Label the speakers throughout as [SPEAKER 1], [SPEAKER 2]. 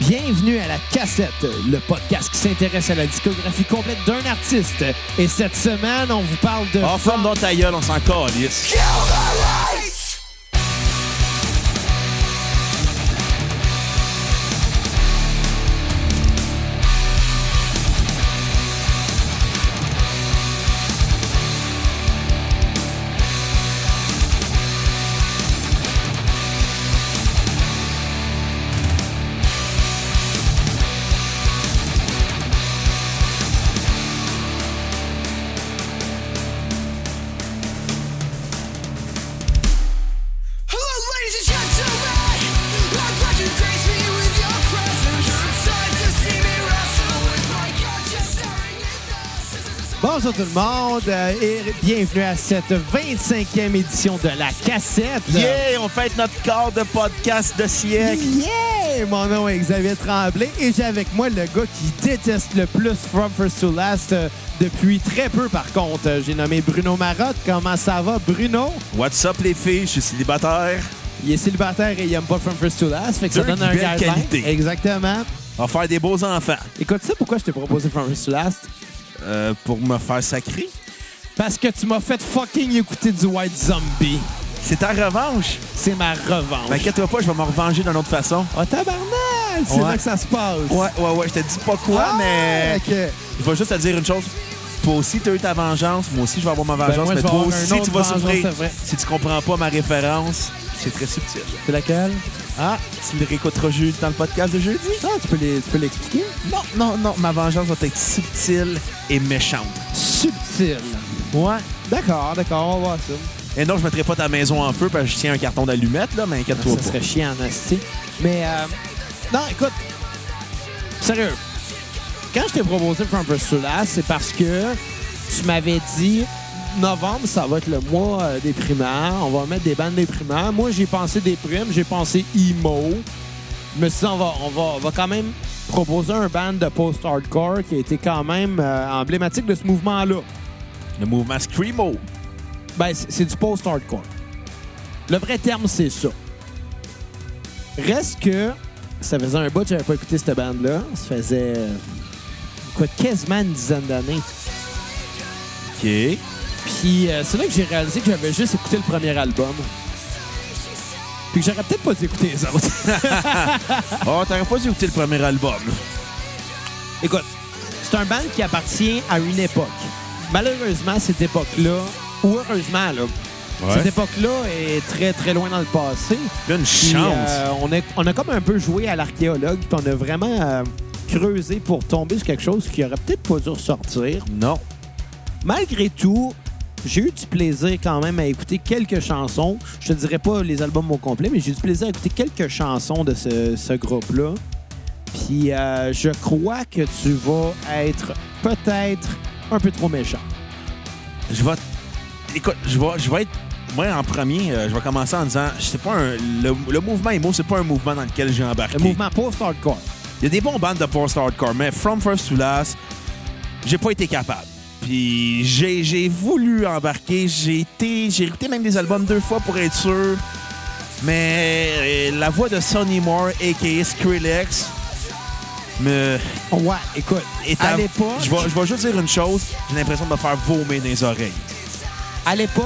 [SPEAKER 1] Bienvenue à la cassette, le podcast qui s'intéresse à la discographie complète d'un artiste. Et cette semaine, on vous parle de...
[SPEAKER 2] En forme dans ta gueule, on s'en calisse.
[SPEAKER 3] Hello, ladies and gentlemen. I'm glad you grace me with your presence. It's time to see me wrestle with my God, just staring at the scissors.
[SPEAKER 1] Bonjour tout le monde euh, et bienvenue à cette 25e édition de la cassette.
[SPEAKER 2] Yeah, on fête notre corps de podcast de siècle.
[SPEAKER 1] Yeah! Mon nom est Xavier Tremblay et j'ai avec moi le gars qui déteste le plus From First to Last euh, depuis très peu par contre. Euh, J'ai nommé Bruno Marotte. Comment ça va, Bruno?
[SPEAKER 2] What's up, les filles? Je suis célibataire.
[SPEAKER 1] Il est célibataire et il aime pas From First to Last, fait que ça
[SPEAKER 2] Deux
[SPEAKER 1] donne un
[SPEAKER 2] belles
[SPEAKER 1] guideline.
[SPEAKER 2] qualités.
[SPEAKER 1] Exactement.
[SPEAKER 2] On va faire des beaux enfants.
[SPEAKER 1] Écoute, ça pourquoi je t'ai proposé From First to Last?
[SPEAKER 2] Euh, pour me faire sacrer.
[SPEAKER 1] Parce que tu m'as fait fucking écouter du White Zombie.
[SPEAKER 2] C'est ta revanche.
[SPEAKER 1] C'est ma revanche.
[SPEAKER 2] M'inquiète pas, je vais me revenger d'une autre façon.
[SPEAKER 1] Oh tabarnak! C'est
[SPEAKER 2] Ouais.
[SPEAKER 1] là que ça se passe.
[SPEAKER 2] Ouais, ouais, ouais, je te dis pas quoi,
[SPEAKER 1] Ah,
[SPEAKER 2] mais
[SPEAKER 1] ok.
[SPEAKER 2] je vais juste te dire une chose. Toi aussi, t'as eu ta vengeance. Ben, Moi aussi, je vais avoir ma vengeance.
[SPEAKER 1] moi, je
[SPEAKER 2] mais
[SPEAKER 1] vais
[SPEAKER 2] toi
[SPEAKER 1] avoir un
[SPEAKER 2] aussi,
[SPEAKER 1] autre
[SPEAKER 2] tu vas
[SPEAKER 1] vengeance,
[SPEAKER 2] souffrir.
[SPEAKER 1] c'est vrai.
[SPEAKER 2] Si tu comprends pas ma référence, c'est très subtil.
[SPEAKER 1] C'est laquelle?
[SPEAKER 2] Ah, tu le réécouteras jeudi dans le podcast de jeudi?
[SPEAKER 1] Ah, tu peux les- tu peux l'expliquer?
[SPEAKER 2] Non, non, non. Ma vengeance va être subtile et méchante.
[SPEAKER 1] Subtil. Ouais. D'accord, d'accord, on va voir ça.
[SPEAKER 2] Et non, je mettrai pas ta maison en feu parce que je tiens un carton d'allumettes, là, mais inquiète-toi
[SPEAKER 1] Ça
[SPEAKER 2] pas.
[SPEAKER 1] serait chiant en asti. Mais, euh, non, écoute, sérieux, quand je t'ai proposé From First to Last, c'est parce que tu m'avais dit novembre, ça va être le mois euh, des primaires, on va mettre des bandes des primaires. Moi, j'ai pensé des primes, j'ai pensé emo. Je me suis dit, on va, on va, on va quand même proposer un band de post-hardcore qui a été quand même euh, emblématique de ce mouvement-là.
[SPEAKER 2] Le mouvement Screamo.
[SPEAKER 1] Ben, c'est c'est du post-hardcore. Le vrai terme, c'est ça. Reste que ça faisait un bout que j'avais pas écouté cette bande-là. Ça faisait euh, quoi, quasiment une dizaine d'années.
[SPEAKER 2] OK. Puis
[SPEAKER 1] Puis euh, c'est là que j'ai réalisé que j'avais juste écouté le premier album. Puis que j'aurais peut-être pas dû écouter les autres.
[SPEAKER 2] Oh, t'aurais pas dû écouter le premier album.
[SPEAKER 1] Écoute, c'est un band qui appartient à une époque. Malheureusement, cette époque-là, ou heureusement, là, cette époque-là est très, très loin dans le passé.
[SPEAKER 2] T'as une
[SPEAKER 1] Puis,
[SPEAKER 2] chance.
[SPEAKER 1] euh, on, a, on a comme un peu joué à l'archéologue, puis on a vraiment euh, creusé pour tomber sur quelque chose qui aurait peut-être pas dû ressortir.
[SPEAKER 2] Non.
[SPEAKER 1] Malgré tout, j'ai eu du plaisir quand même à écouter quelques chansons. Je te dirais pas les albums au complet, mais j'ai eu du plaisir à écouter quelques chansons de ce, ce groupe-là. Puis euh, je crois que tu vas être peut-être un peu trop méchant.
[SPEAKER 2] Je vais... Écoute, je vais, je vais être... Moi, en premier, euh, je vais commencer en disant... C'est pas un... Le, le mouvement emo, c'est pas un mouvement dans lequel j'ai embarqué.
[SPEAKER 1] Le mouvement post-hardcore.
[SPEAKER 2] Il y a des bons bandes de post-hardcore, mais From First to Last, j'ai pas été capable. Puis j'ai, j'ai voulu embarquer, j'ai été, j'ai écouté même des albums deux fois pour être sûr, mais euh, la voix de Sonny Moore, a.k.a. Skrillex, me...
[SPEAKER 1] Ouais, écoute,
[SPEAKER 2] est
[SPEAKER 1] à
[SPEAKER 2] à-
[SPEAKER 1] l'époque...
[SPEAKER 2] Je vais, je vais juste dire une chose, j'ai l'impression de me faire vomir dans les oreilles.
[SPEAKER 1] à l'époque,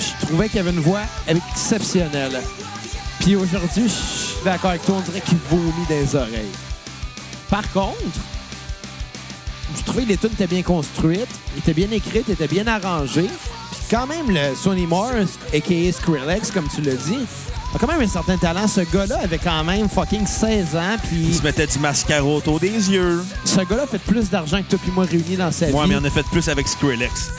[SPEAKER 1] je trouvais qu'il y avait une voix exceptionnelle. Puis aujourd'hui, je suis d'accord avec toi, on dirait qu'il vomit dans les oreilles. Par contre, je trouvais que les tunes étaient bien construites, étaient bien écrites, étaient bien arrangées. Puis quand même, le Sonny Morse, a.k.a. Skrillex, comme tu l'as dit, a quand même un certain talent. Ce gars-là avait quand même fucking 16 ans,
[SPEAKER 2] Il
[SPEAKER 1] puis
[SPEAKER 2] se mettait du mascara autour des yeux.
[SPEAKER 1] ce gars-là a fait plus d'argent que toi puis moi réunis dans sa vie.
[SPEAKER 2] Moi, mais on a fait plus avec Skrillex.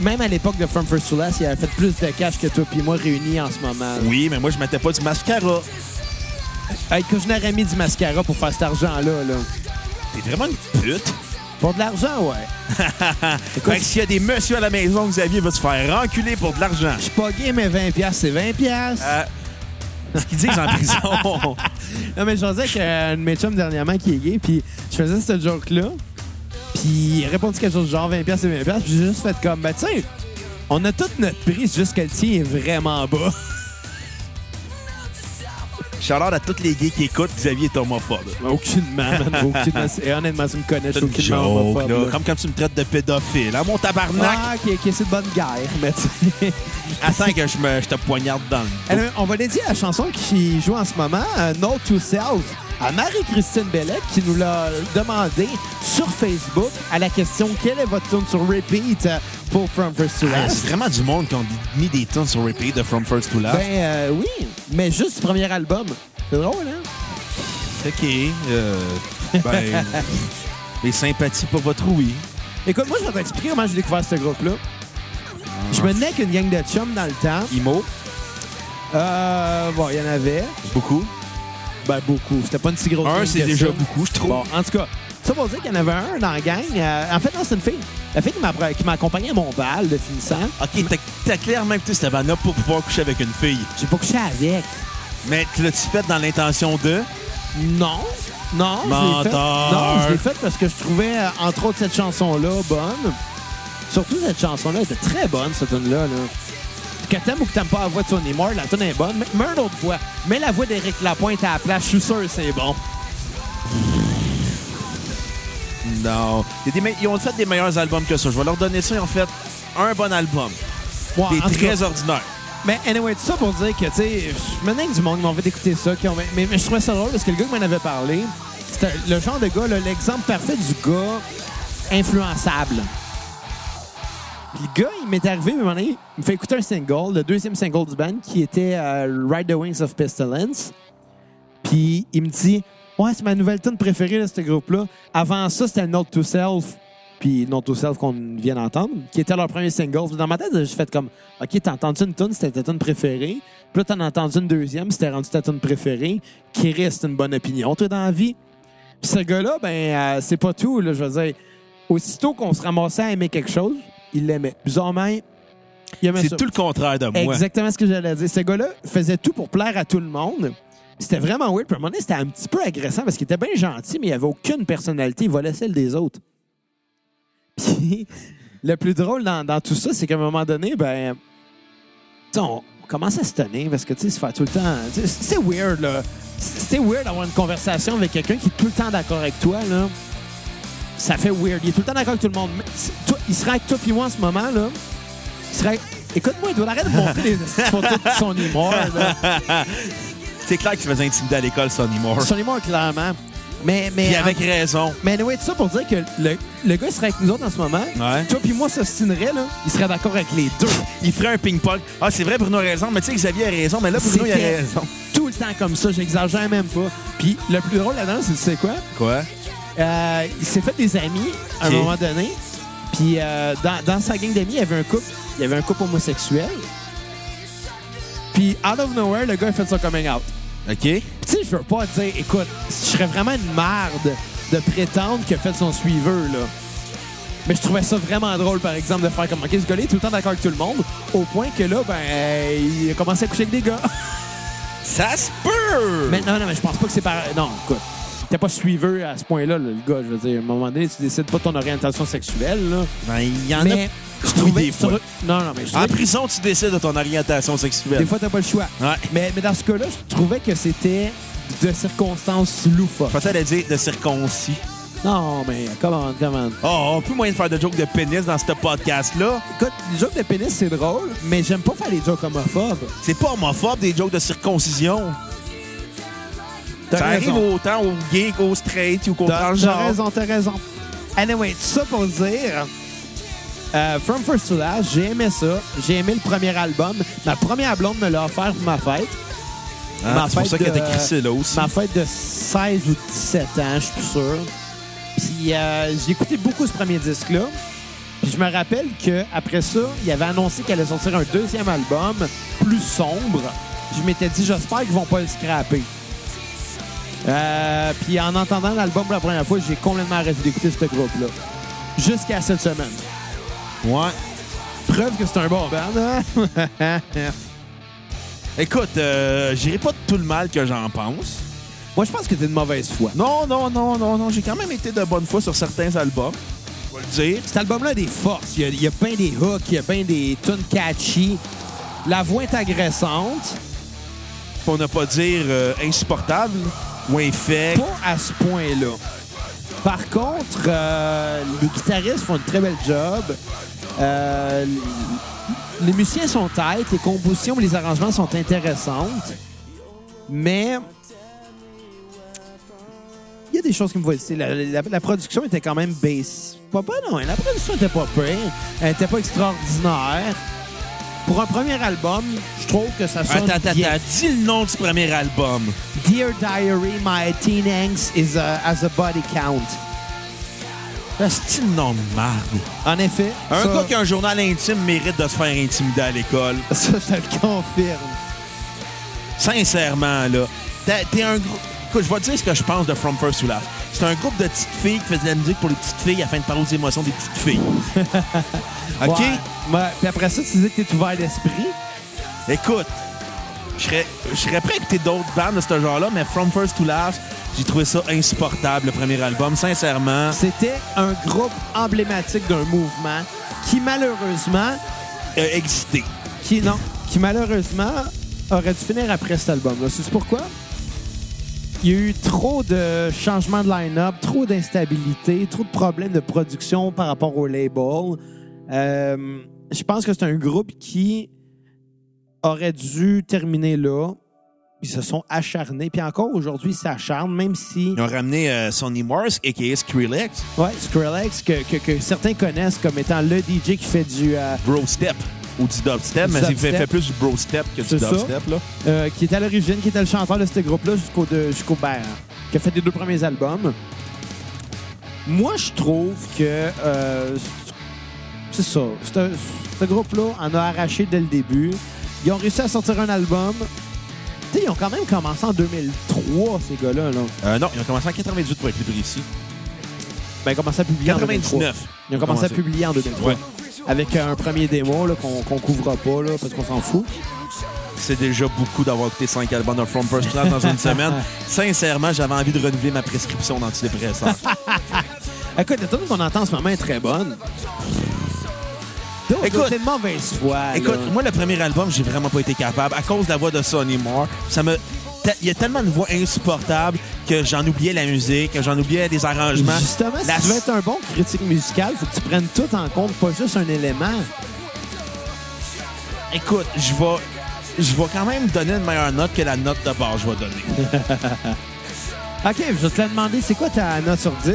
[SPEAKER 1] Même à l'époque de From First to Last, il avait fait plus de cash que toi puis moi réunis en ce moment.
[SPEAKER 2] Oui, mais moi, je mettais pas du mascara.
[SPEAKER 1] Hey, que je n'aurais mis du mascara pour faire cet argent-là. Là.
[SPEAKER 2] T'es vraiment une pute.
[SPEAKER 1] Pour de l'argent, ouais.
[SPEAKER 2] Fait que s'il y a des messieurs à la maison, Xavier va se faire enculer pour de l'argent.
[SPEAKER 1] Je suis pas gay, mais 20$, c'est 20$.
[SPEAKER 2] Euh, ce qu'ils disent en prison.
[SPEAKER 1] Non, mais je disais qu'un de mes chums euh, dernièrement qui est gay, puis je faisais ce joke-là, puis il a répondu quelque chose du genre 20$, c'est 20$, puis j'ai juste fait comme, ben, tu sais, on a toute notre prise, juste que le tien est vraiment bas.
[SPEAKER 2] Shout-out à tous les gays qui écoutent Xavier est homophobe.
[SPEAKER 1] Aucunement, man. Aucunement. Et honnêtement, tu me connais, je
[SPEAKER 2] C'est
[SPEAKER 1] suis
[SPEAKER 2] une
[SPEAKER 1] aucunement
[SPEAKER 2] joke,
[SPEAKER 1] homophobe.
[SPEAKER 2] là.
[SPEAKER 1] là.
[SPEAKER 2] Comme quand tu me traites de pédophile. Hein, mon tabarnak!
[SPEAKER 1] Ah, ok, ok, c'est de bonne guerre, mais tu sais.
[SPEAKER 2] Attends que je, me, je te poignarde dans le dos.
[SPEAKER 1] Alors, on va dédier la chanson qui joue en ce moment, euh, Note to Self, à Marie-Christine Bellec qui nous l'a demandé sur Facebook à la question quelle est votre tune sur repeat euh, pour From First to
[SPEAKER 2] Ah,
[SPEAKER 1] Last.
[SPEAKER 2] C'est vraiment du monde qui ont mis des tunes sur repeat de From First to Last.
[SPEAKER 1] Ben euh, oui, mais juste le premier album. C'est drôle, hein?
[SPEAKER 2] OK. euh, ben, les sympathies pour votre oui.
[SPEAKER 1] Écoute, moi, je vais t'expliquer comment j'ai découvert ce groupe-là. Je
[SPEAKER 2] Ah.
[SPEAKER 1] me tenais avec une gang de chums dans le temps.
[SPEAKER 2] Imo,
[SPEAKER 1] Euh, bon, il y en avait.
[SPEAKER 2] beaucoup.
[SPEAKER 1] Ben, beaucoup. C'était pas une si grosse
[SPEAKER 2] Un,
[SPEAKER 1] gang
[SPEAKER 2] c'est
[SPEAKER 1] que
[SPEAKER 2] déjà
[SPEAKER 1] ça.
[SPEAKER 2] beaucoup, je trouve.
[SPEAKER 1] Bon, en tout cas, ça pour dire qu'il y en avait un dans la gang. Euh, en fait, non, c'est une fille. La fille qui m'appre- qui m'a accompagné à mon bal de finissant.
[SPEAKER 2] OK, t'as- t'as clairement écouté cette bande-là pour pouvoir coucher avec une fille.
[SPEAKER 1] J'ai pas couché avec.
[SPEAKER 2] Mais tu l'as-tu fait dans l'intention de...
[SPEAKER 1] Non. Non, je l'ai fait.
[SPEAKER 2] Menteur.
[SPEAKER 1] Non, je l'ai fait parce que je trouvais, euh, entre autres, cette chanson-là bonne. Surtout cette chanson-là était très bonne, cette tune-là. Là. Que t'aimes ou que t'aimes pas la voix de Tony Moore, la tune est bonne. Mais, mais une autre voix. Mais la voix d'Éric Lapointe à la place, je suis sûr que c'est bon.
[SPEAKER 2] Non. Il y a des me- Ils ont fait des meilleurs albums que ça. Je vais leur donner ça. Ils ont fait un bon album.
[SPEAKER 1] Ouais,
[SPEAKER 2] Des
[SPEAKER 1] Ah, en tout cas,
[SPEAKER 2] très ordinaires.
[SPEAKER 1] Mais anyway, tout ça pour dire que, tu sais, je menais avec du monde qui m'ont fait écouter ça. qui ont- mais, mais- mais je trouvais ça drôle parce que le gars qui m'en avait parlé, c'était le genre de gars, là, l'exemple parfait du gars influençable. Puis le gars, il m'est arrivé, à un moment donné, il me fait écouter un single, le deuxième single du band, qui était euh, Ride the Wings of Pestilence. Puis il me dit, ouais, c'est ma nouvelle tune préférée de ce groupe-là. Avant ça, c'était Note to Self, puis Note to Self qu'on vient d'entendre, qui était leur premier single. Puis Dans ma tête, j'ai juste fait comme, OK, t'as entendu une tune, c'était ta tune préférée. Puis là, t'en as entendu une deuxième, c'était rendu ta tune préférée. Qui reste une bonne opinion, toi, dans la vie. Puis ce gars-là, ben, euh, c'est pas tout, là, je veux dire. Aussitôt qu'on se ramassait à aimer quelque chose, il l'aimait. Bizarrement, il aimait
[SPEAKER 2] C'est
[SPEAKER 1] ça.
[SPEAKER 2] tout le contraire de moi.
[SPEAKER 1] Exactement ce que j'allais dire. Ce gars-là faisait tout pour plaire à tout le monde. C'était vraiment weird. Puis à un moment donné, c'était un petit peu agressant parce qu'il était bien gentil, mais il avait aucune personnalité. Il volait celle des autres. Puis le plus drôle dans, dans tout ça, c'est qu'à un moment donné, ben, tu sais, on on commence à se tenir parce que, tu sais, se faire tout le temps. tu sais, C'est c'est weird, là. C'est c'est weird d'avoir une conversation avec quelqu'un qui est tout le temps d'accord avec toi, là. Ça fait weird. Il est tout le temps d'accord avec tout le monde. Mais c'est- toi- il serait avec toi puis moi en ce moment, là. Il serait. Écoute-moi, il doit arrêter de montrer les photos de son humour, là.
[SPEAKER 2] C'est clair que tu faisais intimider à l'école, Sonny Moore.
[SPEAKER 1] Son humour, clairement. Mais, mais.
[SPEAKER 2] Puis avec raison.
[SPEAKER 1] Mais anyway, tout ça pour dire que le, le gars, il serait avec nous autres en ce moment.
[SPEAKER 2] Ouais.
[SPEAKER 1] Toi puis moi, s'obstinerait, là. Il serait d'accord avec les deux.
[SPEAKER 2] Il ferait un ping-pong. Ah, c'est vrai, Bruno a raison. Mais tu sais, Xavier a raison. Mais là, Bruno, il a
[SPEAKER 1] C'était
[SPEAKER 2] raison.
[SPEAKER 1] Tout le temps comme ça, j'exagère même pas. Puis le plus drôle là-dedans, c'est tu sais quoi?
[SPEAKER 2] Quoi?
[SPEAKER 1] Euh, il s'est fait des amis à un
[SPEAKER 2] Ok.
[SPEAKER 1] moment donné. Puis euh, dans, dans sa gang d'amis, il y avait un couple. Il y avait un couple homosexuel. Puis out of nowhere, le gars a fait son coming out.
[SPEAKER 2] OK.
[SPEAKER 1] Puis, Tu sais, je veux pas dire, écoute, je serais vraiment une merde de prétendre qu'il a fait son suiveur, là. Mais je trouvais ça vraiment drôle, par exemple, de faire comme, OK, ce gars-là est tout le temps d'accord avec tout le monde, au point que là, ben, euh, il a commencé à coucher avec des gars.
[SPEAKER 2] Ça se peut!
[SPEAKER 1] Mais non, non, mais je pense pas que c'est par. Non, écoute. T'es pas suiveur à ce point-là, là, le gars. Je veux dire, à un moment donné, tu décides pas de ton orientation sexuelle, là.
[SPEAKER 2] Ben, il y en
[SPEAKER 1] mais
[SPEAKER 2] a trouvé des
[SPEAKER 1] je
[SPEAKER 2] fois.
[SPEAKER 1] trouvais- Non, non, mais je
[SPEAKER 2] En
[SPEAKER 1] trouvais...
[SPEAKER 2] prison, tu décides de ton orientation
[SPEAKER 1] Des
[SPEAKER 2] sexuelle.
[SPEAKER 1] fois, t'as pas le choix.
[SPEAKER 2] Ouais.
[SPEAKER 1] Mais, mais dans ce cas-là, je trouvais que c'était de circonstances loufoques.
[SPEAKER 2] Je pensais à dire de circoncis.
[SPEAKER 1] Non, mais comment, comment.
[SPEAKER 2] Oh, plus moyen de faire de jokes de pénis dans ce podcast-là.
[SPEAKER 1] Écoute, les jokes de pénis, c'est drôle, mais j'aime pas faire les jokes homophobes.
[SPEAKER 2] C'est pas homophobe, des jokes de circoncision.
[SPEAKER 1] T'as
[SPEAKER 2] Ça
[SPEAKER 1] raison.
[SPEAKER 2] arrive autant aux gays qu'aux straight ou qu'aux
[SPEAKER 1] T'as t'as
[SPEAKER 2] transgenres.
[SPEAKER 1] raison, t'as raison. Anyway, tout ça pour dire, euh, From First to Last, j'ai aimé ça. J'ai aimé le premier album. Ma première blonde me l'a offert pour ma fête.
[SPEAKER 2] Ah, c'est pour ça
[SPEAKER 1] fête
[SPEAKER 2] qu'elle
[SPEAKER 1] de-
[SPEAKER 2] était crissée là aussi.
[SPEAKER 1] Ma fête de 16 ou 17 ans, je suis plus sûr. Puis euh, j'ai écouté beaucoup ce premier disque-là. Puis je me rappelle qu'après ça, il avait annoncé qu'elle allait sortir un deuxième album plus sombre. Je m'étais dit, j'espère qu'ils vont pas le scraper. Euh, puis en entendant l'album pour la première fois, j'ai complètement arrêté d'écouter ce groupe-là. Jusqu'à cette semaine.
[SPEAKER 2] Ouais.
[SPEAKER 1] Preuve que c'est un bon band. hein?
[SPEAKER 2] Écoute, euh, j'irai pas de tout le mal que j'en pense.
[SPEAKER 1] Moi, je pense que t'es de mauvaise foi.
[SPEAKER 2] Non, non, non, non, non. J'ai quand même été de bonne foi sur certains albums. Je vais le dire.
[SPEAKER 1] Cet album-là a des forces. Il y a, il y a bien des hooks, il y a bien des tunes catchy. La voix est agressante.
[SPEAKER 2] pour ne pas dire euh, insupportable ou infect.
[SPEAKER 1] Pas à ce point-là. Par contre, euh, les guitaristes font une très belle job. Euh, les musiciens sont tight, les compositions et les arrangements sont intéressantes. Mais il y a des choses qui me vont ici. La, la- la production était quand même basse. Pas bonne, non. hein. La production était pas pire. Elle était pas extraordinaire. Pour un premier album, je trouve que ça sonne
[SPEAKER 2] Attends, attends,
[SPEAKER 1] bien.
[SPEAKER 2] attends, dis le nom du premier album.
[SPEAKER 1] Dear Diary, my teen angst is a, as a body count.
[SPEAKER 2] C'est le nom de marde.
[SPEAKER 1] En effet,
[SPEAKER 2] Un
[SPEAKER 1] ça,
[SPEAKER 2] gars qui a un journal intime mérite de se faire intimider à l'école.
[SPEAKER 1] ça, je te le confirme.
[SPEAKER 2] Sincèrement, là. T'as- T'es un groupe. Écoute, je vais te dire ce que je pense de From First to Last. C'est un groupe de petites filles qui faisait de la musique pour les petites filles afin de parler aux émotions des petites filles. OK?
[SPEAKER 1] Ouais. Ouais. Puis après ça, tu dis que t'es ouvert d'esprit.
[SPEAKER 2] Écoute, je serais- je serais prêt à écouter d'autres bandes de ce genre-là, mais From First to Last, j'ai trouvé ça insupportable, le premier album. Sincèrement,
[SPEAKER 1] C'était un groupe emblématique d'un mouvement qui malheureusement,
[SPEAKER 2] euh, existé.
[SPEAKER 1] qui non, qui malheureusement aurait dû finir après cet album-là. C'est pourquoi? Il y a eu trop de changements de line-up, trop d'instabilité, trop de problèmes de production par rapport au label. Euh, je pense que c'est un groupe qui aurait dû terminer là. Ils se sont acharnés. Puis encore aujourd'hui, ils s'acharnent, même si...
[SPEAKER 2] Ils ont ramené euh, Sonny Morse, a.k.a. Skrillex,
[SPEAKER 1] Ouais, Skrillex, que, que, que certains connaissent comme étant le DJ qui fait du. euh,
[SPEAKER 2] Bro Step, ou du dubstep,
[SPEAKER 1] Du
[SPEAKER 2] mais il fait,
[SPEAKER 1] dubstep.
[SPEAKER 2] fait plus du Bro Step que du
[SPEAKER 1] C'est ça.
[SPEAKER 2] dubstep, là.
[SPEAKER 1] euh, qui est à l'origine, qui était le chanteur de ce groupe-là jusqu'au de- jusqu'au ben, qui a fait les deux premiers albums. Moi, je trouve que. euh, c'est ça. C'est un- Ce groupe-là en a arraché dès le début. Ils ont réussi à sortir un album. Tu sais, ils ont quand même commencé en 2003, ces gars-là. Là.
[SPEAKER 2] Euh, non, ils ont commencé en 98 pour être plus précis.
[SPEAKER 1] Ben, ils ont commencé à publier en 2003.
[SPEAKER 2] 99.
[SPEAKER 1] Ils ont commencé à
[SPEAKER 2] Commencé.
[SPEAKER 1] publier en 2003.
[SPEAKER 2] Ouais.
[SPEAKER 1] Avec euh, un premier démo là, qu'on qu'on couvre pas là, parce qu'on s'en fout.
[SPEAKER 2] C'est déjà beaucoup d'avoir écouté 5 albums de From First to Last dans une semaine. Sincèrement, j'avais envie de renouveler ma prescription d'antidépresseurs.
[SPEAKER 1] Ah, Écoute, la tune qu'on entend en ce moment est très bonne.
[SPEAKER 2] Écoute.
[SPEAKER 1] Écoute, c'est une mauvaise foi.
[SPEAKER 2] Écoute,
[SPEAKER 1] là.
[SPEAKER 2] moi, le premier album, j'ai vraiment pas été capable. À cause de la voix de Sonny Moore, ça me. te- Il y a tellement de voix insupportables que j'en oubliais la musique, que j'en oubliais les arrangements.
[SPEAKER 1] Justement, si
[SPEAKER 2] La-
[SPEAKER 1] tu veux être un bon critique musical, faut que tu prennes tout en compte, pas juste un élément.
[SPEAKER 2] Écoute, je vais. Je vais quand même donner une meilleure note que la note de base je vais donner.
[SPEAKER 1] OK, je vais te la demander, c'est quoi ta note sur 10?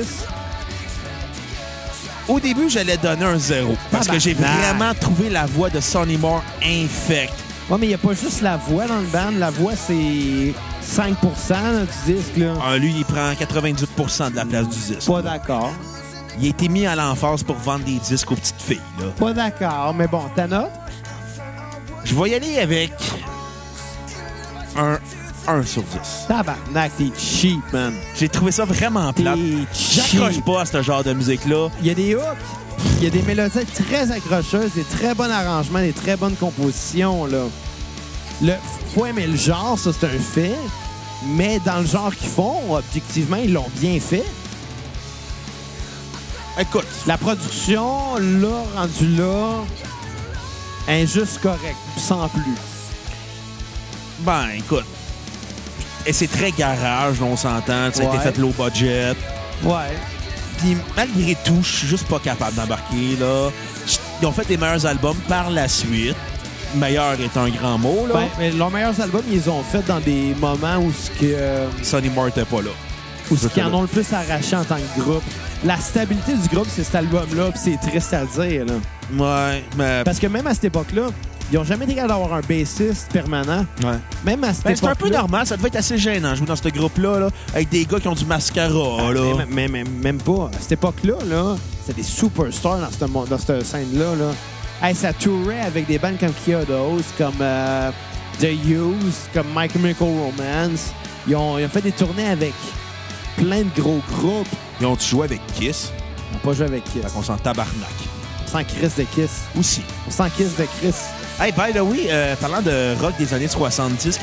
[SPEAKER 2] Au début, j'allais donner un zéro. Parce que j'ai
[SPEAKER 1] Tabarnak.
[SPEAKER 2] vraiment trouvé la voix de Sonny Moore infecte.
[SPEAKER 1] Ouais, mais il n'y a pas juste la voix dans le band. La voix, c'est 5 là, du disque. Là.
[SPEAKER 2] Ah, lui, il prend 98 de la place du disque.
[SPEAKER 1] Pas d'accord.
[SPEAKER 2] Il a été mis à l'emphase pour vendre des disques aux petites filles. Là.
[SPEAKER 1] Pas d'accord, mais bon, ta note?
[SPEAKER 2] Je vais y aller avec un 1 sur 10.
[SPEAKER 1] Tabarnak, t'es cheap, man.
[SPEAKER 2] J'ai trouvé ça vraiment
[SPEAKER 1] T'es
[SPEAKER 2] plat. J'accroche
[SPEAKER 1] cheap.
[SPEAKER 2] pas à ce genre de musique-là.
[SPEAKER 1] Il y a des hooks, il y a des mélodies très accrocheuses, des très bons arrangements, des très bonnes compositions. Là. Le, faut aimer le genre, ça c'est un fait, mais dans le genre qu'ils font, objectivement, ils l'ont bien fait.
[SPEAKER 2] Écoute,
[SPEAKER 1] La production, là, rendu là, injuste correct, sans plus.
[SPEAKER 2] ben écoute. Et c'est très garage, on s'entend. Ça a été
[SPEAKER 1] Ouais.
[SPEAKER 2] fait low budget.
[SPEAKER 1] Ouais.
[SPEAKER 2] Puis malgré tout, je suis juste pas capable d'embarquer. là. Ils ont fait des meilleurs albums par la suite. Meilleur est un grand mot. là.
[SPEAKER 1] Ben, mais leurs meilleurs albums, ils les ont fait dans des moments où ce que... euh,
[SPEAKER 2] Sonny Moore était pas là.
[SPEAKER 1] ou ce qui en ont le plus arraché en tant que groupe. La stabilité du groupe, c'est cet album-là, puis c'est triste à dire. Là.
[SPEAKER 2] Ouais, mais.
[SPEAKER 1] Parce que même à cette époque-là, ils n'ont jamais été capables d'avoir un bassiste permanent.
[SPEAKER 2] Ouais.
[SPEAKER 1] Même à cette
[SPEAKER 2] Ben, c'est
[SPEAKER 1] époque-là.
[SPEAKER 2] un peu normal, ça devait être assez gênant jouer dans ce groupe-là, là, avec des gars qui ont du mascara. Oh, Là.
[SPEAKER 1] Même, même- même- même pas. À cette époque-là, là, c'était des superstars dans cette, mon- dans cette scène-là. Là. Hey, ça tourait avec des bandes comme Kyodos, comme euh, The Used, comme My Chemical Romance. Ils ont, ils ont fait des tournées avec plein de gros groupes.
[SPEAKER 2] Ils ont joué avec Kiss,
[SPEAKER 1] Ils n'ont pas joué avec Kiss.
[SPEAKER 2] fait qu'on s'en tabarnak.
[SPEAKER 1] Sans Chris de Kiss.
[SPEAKER 2] Aussi.
[SPEAKER 1] Sans Kiss de Chris.
[SPEAKER 2] Hey, by the way, euh, parlant de rock des années 70-80,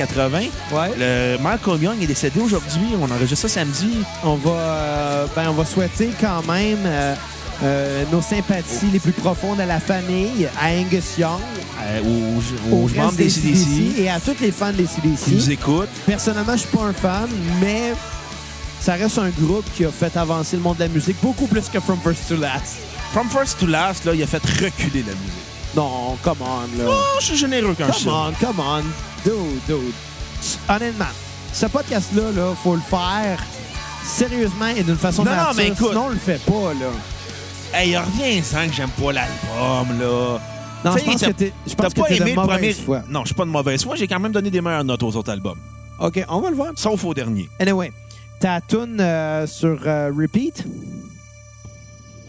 [SPEAKER 1] Ouais.
[SPEAKER 2] le Malcolm Young est décédé aujourd'hui. On enregistre ça samedi.
[SPEAKER 1] On va, euh, ben, on va souhaiter quand même euh, euh, nos sympathies les plus profondes à la famille, à Angus Young,
[SPEAKER 2] Euh, aux
[SPEAKER 1] aux
[SPEAKER 2] aux membres des CDC
[SPEAKER 1] et à tous les fans des CDC.
[SPEAKER 2] qui nous écoutent.
[SPEAKER 1] Personnellement, je suis pas un fan, mais ça reste un groupe qui a fait avancer le monde de la musique beaucoup plus que From First to Last.
[SPEAKER 2] From First to Last, là, il a fait reculer la musique.
[SPEAKER 1] Non, come on, là.
[SPEAKER 2] Oh, je suis généreux quand je
[SPEAKER 1] Come
[SPEAKER 2] suis.
[SPEAKER 1] on, come on. Dude, dude. Honnêtement, ce podcast-là, là, faut le faire sérieusement et d'une façon
[SPEAKER 2] Non, non,
[SPEAKER 1] mature.
[SPEAKER 2] mais écoute.
[SPEAKER 1] Sinon, on le fait pas, là.
[SPEAKER 2] Hey, reviens-en que j'aime pas l'album, là.
[SPEAKER 1] Non,
[SPEAKER 2] Tu
[SPEAKER 1] je
[SPEAKER 2] sais,
[SPEAKER 1] pense
[SPEAKER 2] t'as-
[SPEAKER 1] que t'es je
[SPEAKER 2] T'as
[SPEAKER 1] pense que
[SPEAKER 2] pas
[SPEAKER 1] t'es de
[SPEAKER 2] aimé le
[SPEAKER 1] mauvaise
[SPEAKER 2] premier.
[SPEAKER 1] foi.
[SPEAKER 2] Non, je suis pas de mauvaise foi. J'ai quand même donné des meilleures notes aux autres albums.
[SPEAKER 1] OK, on va le voir.
[SPEAKER 2] Sauf au dernier.
[SPEAKER 1] Anyway, ta tune euh, sur euh, repeat.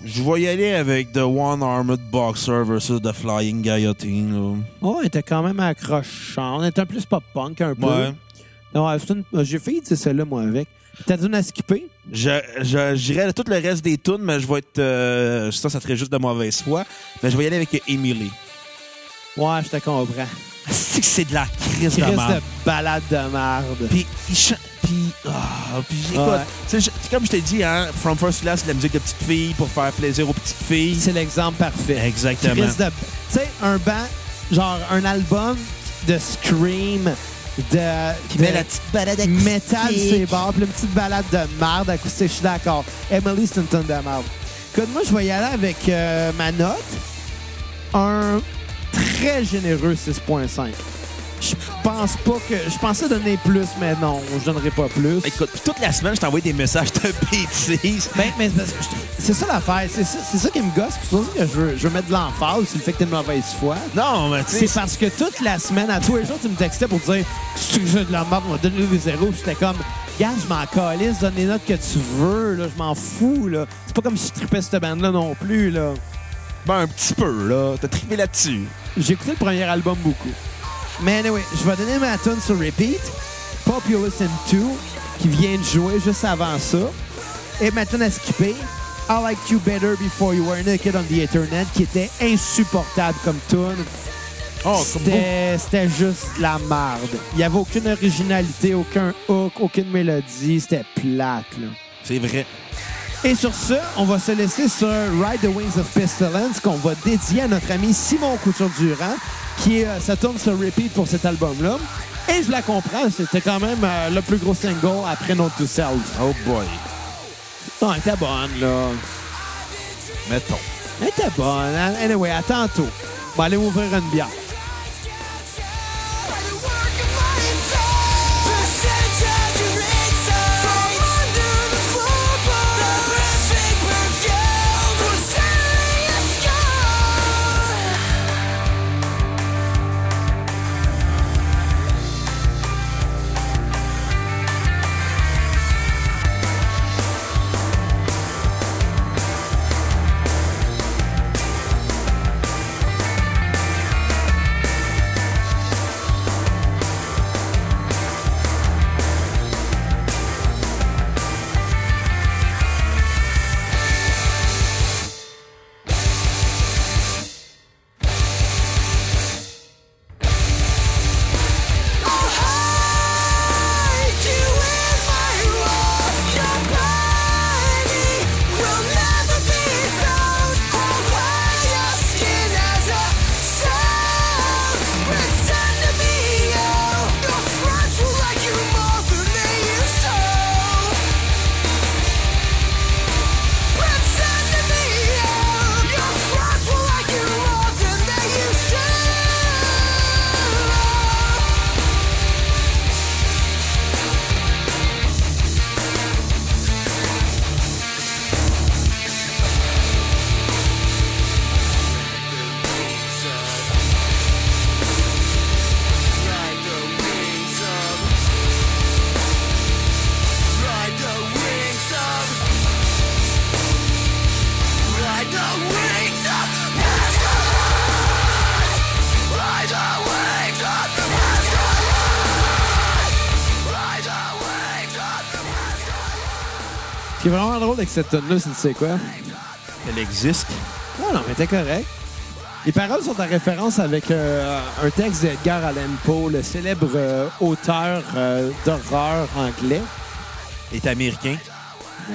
[SPEAKER 2] Je vais y aller avec The One Armored Boxer versus The Flying Guillotine.
[SPEAKER 1] Oh, elle était quand même accrochant. On était un plus pop-punk un peu.
[SPEAKER 2] Là. Ouais.
[SPEAKER 1] Non, euh, c'est une- euh, j'ai failli dire celle-là, moi, avec. Ta tune à skipper.
[SPEAKER 2] Je, je, j'irai tout le reste des tunes, mais je vais être. euh, ça, ça serait juste de mauvaise foi. Mais je vais y aller avec Emily.
[SPEAKER 1] Ah, Ouais, je te comprends.
[SPEAKER 2] C'est que c'est de la crise de
[SPEAKER 1] Chris
[SPEAKER 2] merde.
[SPEAKER 1] de balade de merde.
[SPEAKER 2] Puis il chante. Puis. ah, puis j'écoute.
[SPEAKER 1] Ouais.
[SPEAKER 2] Tu sais, je- c'est comme je t'ai dit, hein, From First to Last, c'est de la musique de petites filles pour faire plaisir aux petites filles.
[SPEAKER 1] C'est l'exemple parfait.
[SPEAKER 2] Exactement.
[SPEAKER 1] Chris de- Tu sais, un band, genre un album de scream, de, de
[SPEAKER 2] petite balade
[SPEAKER 1] métal, c'est bon, puis une petite balade de merde acoustique, je suis d'accord. Emily, c'est une tonne de merde. Écoute, moi, je vais y aller avec euh, ma note. Un très généreux 6.5. Je pense pas que. Je pensais donner plus, mais non, je donnerai pas plus.
[SPEAKER 2] Écoute, puis toute la semaine, je t'envoie des messages de bêtises.
[SPEAKER 1] Ben, mais c'est parce que je- c'est ça l'affaire. C'est ça, c'est ça qui me gosse. C'est pour ça que je veux, je veux mettre de l'emphase sur le fait que t'es une mauvaise foi.
[SPEAKER 2] Non, mais tu
[SPEAKER 1] C'est
[SPEAKER 2] sais.
[SPEAKER 1] parce que toute la semaine, à tous les jours, tu me textais pour dire Tu que j'ai de la merde, on va donner des zéros. Puis J'étais comme Gars, je m'en calisse, donne les notes que tu veux, là, je m'en fous. là. C'est pas comme si je tripais cette bande-là non plus. là.
[SPEAKER 2] Ben, un petit peu, là. T'as trippé là-dessus.
[SPEAKER 1] J'ai écouté le premier album beaucoup. Mais anyway, je vais donner ma tune sur repeat, Populous in 2, qui vient de jouer juste avant ça. Et ma tune à skipper, I Liked You Better Before You Were Naked on the Internet, qui était insupportable comme tune.
[SPEAKER 2] Oh, comme beau.
[SPEAKER 1] C'était c'était juste la marde. Il n'y avait aucune originalité, aucun hook, aucune mélodie. C'était plate, là.
[SPEAKER 2] C'est vrai.
[SPEAKER 1] Et sur ce, on va se laisser sur Ride the Wings of Pestilence qu'on va dédier à notre ami Simon Couture-Durand qui euh, se tourne sur repeat pour cet album-là. Et je la comprends, c'était quand même euh, le plus gros single après No To Self.
[SPEAKER 2] Oh boy.
[SPEAKER 1] Non, elle était bonne, là.
[SPEAKER 2] Mettons.
[SPEAKER 1] Elle était bonne. Anyway, à tantôt. On va aller ouvrir une bière.
[SPEAKER 3] By the work of my hands, percentage of insight from under the floorboard. The perfect perfume for serious scar. I'll hide you in my walls. Your body will never be found. I'll wear your skin as a shield. Pretend to be you. Your friends will like you more than they used to. Pretend to be you. Your friends will like you more than they used to.
[SPEAKER 1] Ce qui est vraiment drôle avec cette tune-là, c'est tu sais quoi?
[SPEAKER 2] Elle existe.
[SPEAKER 1] Non, non, mais t'es correct. Les paroles sont en référence avec euh, un texte d'Edgar Allan Poe, le célèbre euh, auteur euh, d'horreur anglais.
[SPEAKER 2] Il est américain.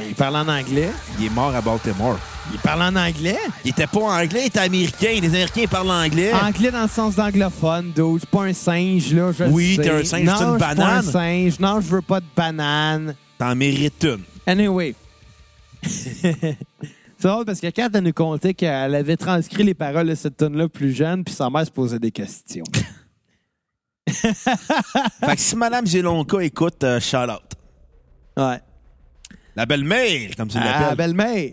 [SPEAKER 1] Il parle en anglais.
[SPEAKER 2] Il est mort à Baltimore.
[SPEAKER 1] Il parle en anglais.
[SPEAKER 2] Il était pas anglais, il était américain. Les Américains ils parlent anglais.
[SPEAKER 1] Anglais dans le sens d'anglophone, dude. Je suis pas un singe, là. Je le
[SPEAKER 2] Oui,
[SPEAKER 1] sais.
[SPEAKER 2] t'es un singe,
[SPEAKER 1] Non,
[SPEAKER 2] c'est
[SPEAKER 1] je suis
[SPEAKER 2] une
[SPEAKER 1] pas
[SPEAKER 2] banane.
[SPEAKER 1] un singe. Non, je veux pas de banane.
[SPEAKER 2] T'en mérites une.
[SPEAKER 1] Anyway. C'est drôle parce que Kat, elle nous contait qu'elle avait transcrit les paroles de cette tune là plus jeune, puis sa mère se posait des questions. Ah.
[SPEAKER 2] Fait que si Madame Gélonka écoute, euh, shout out.
[SPEAKER 1] Ouais.
[SPEAKER 2] La belle-mère, comme tu
[SPEAKER 1] Ah,
[SPEAKER 2] l'appelles.
[SPEAKER 1] belle-mère!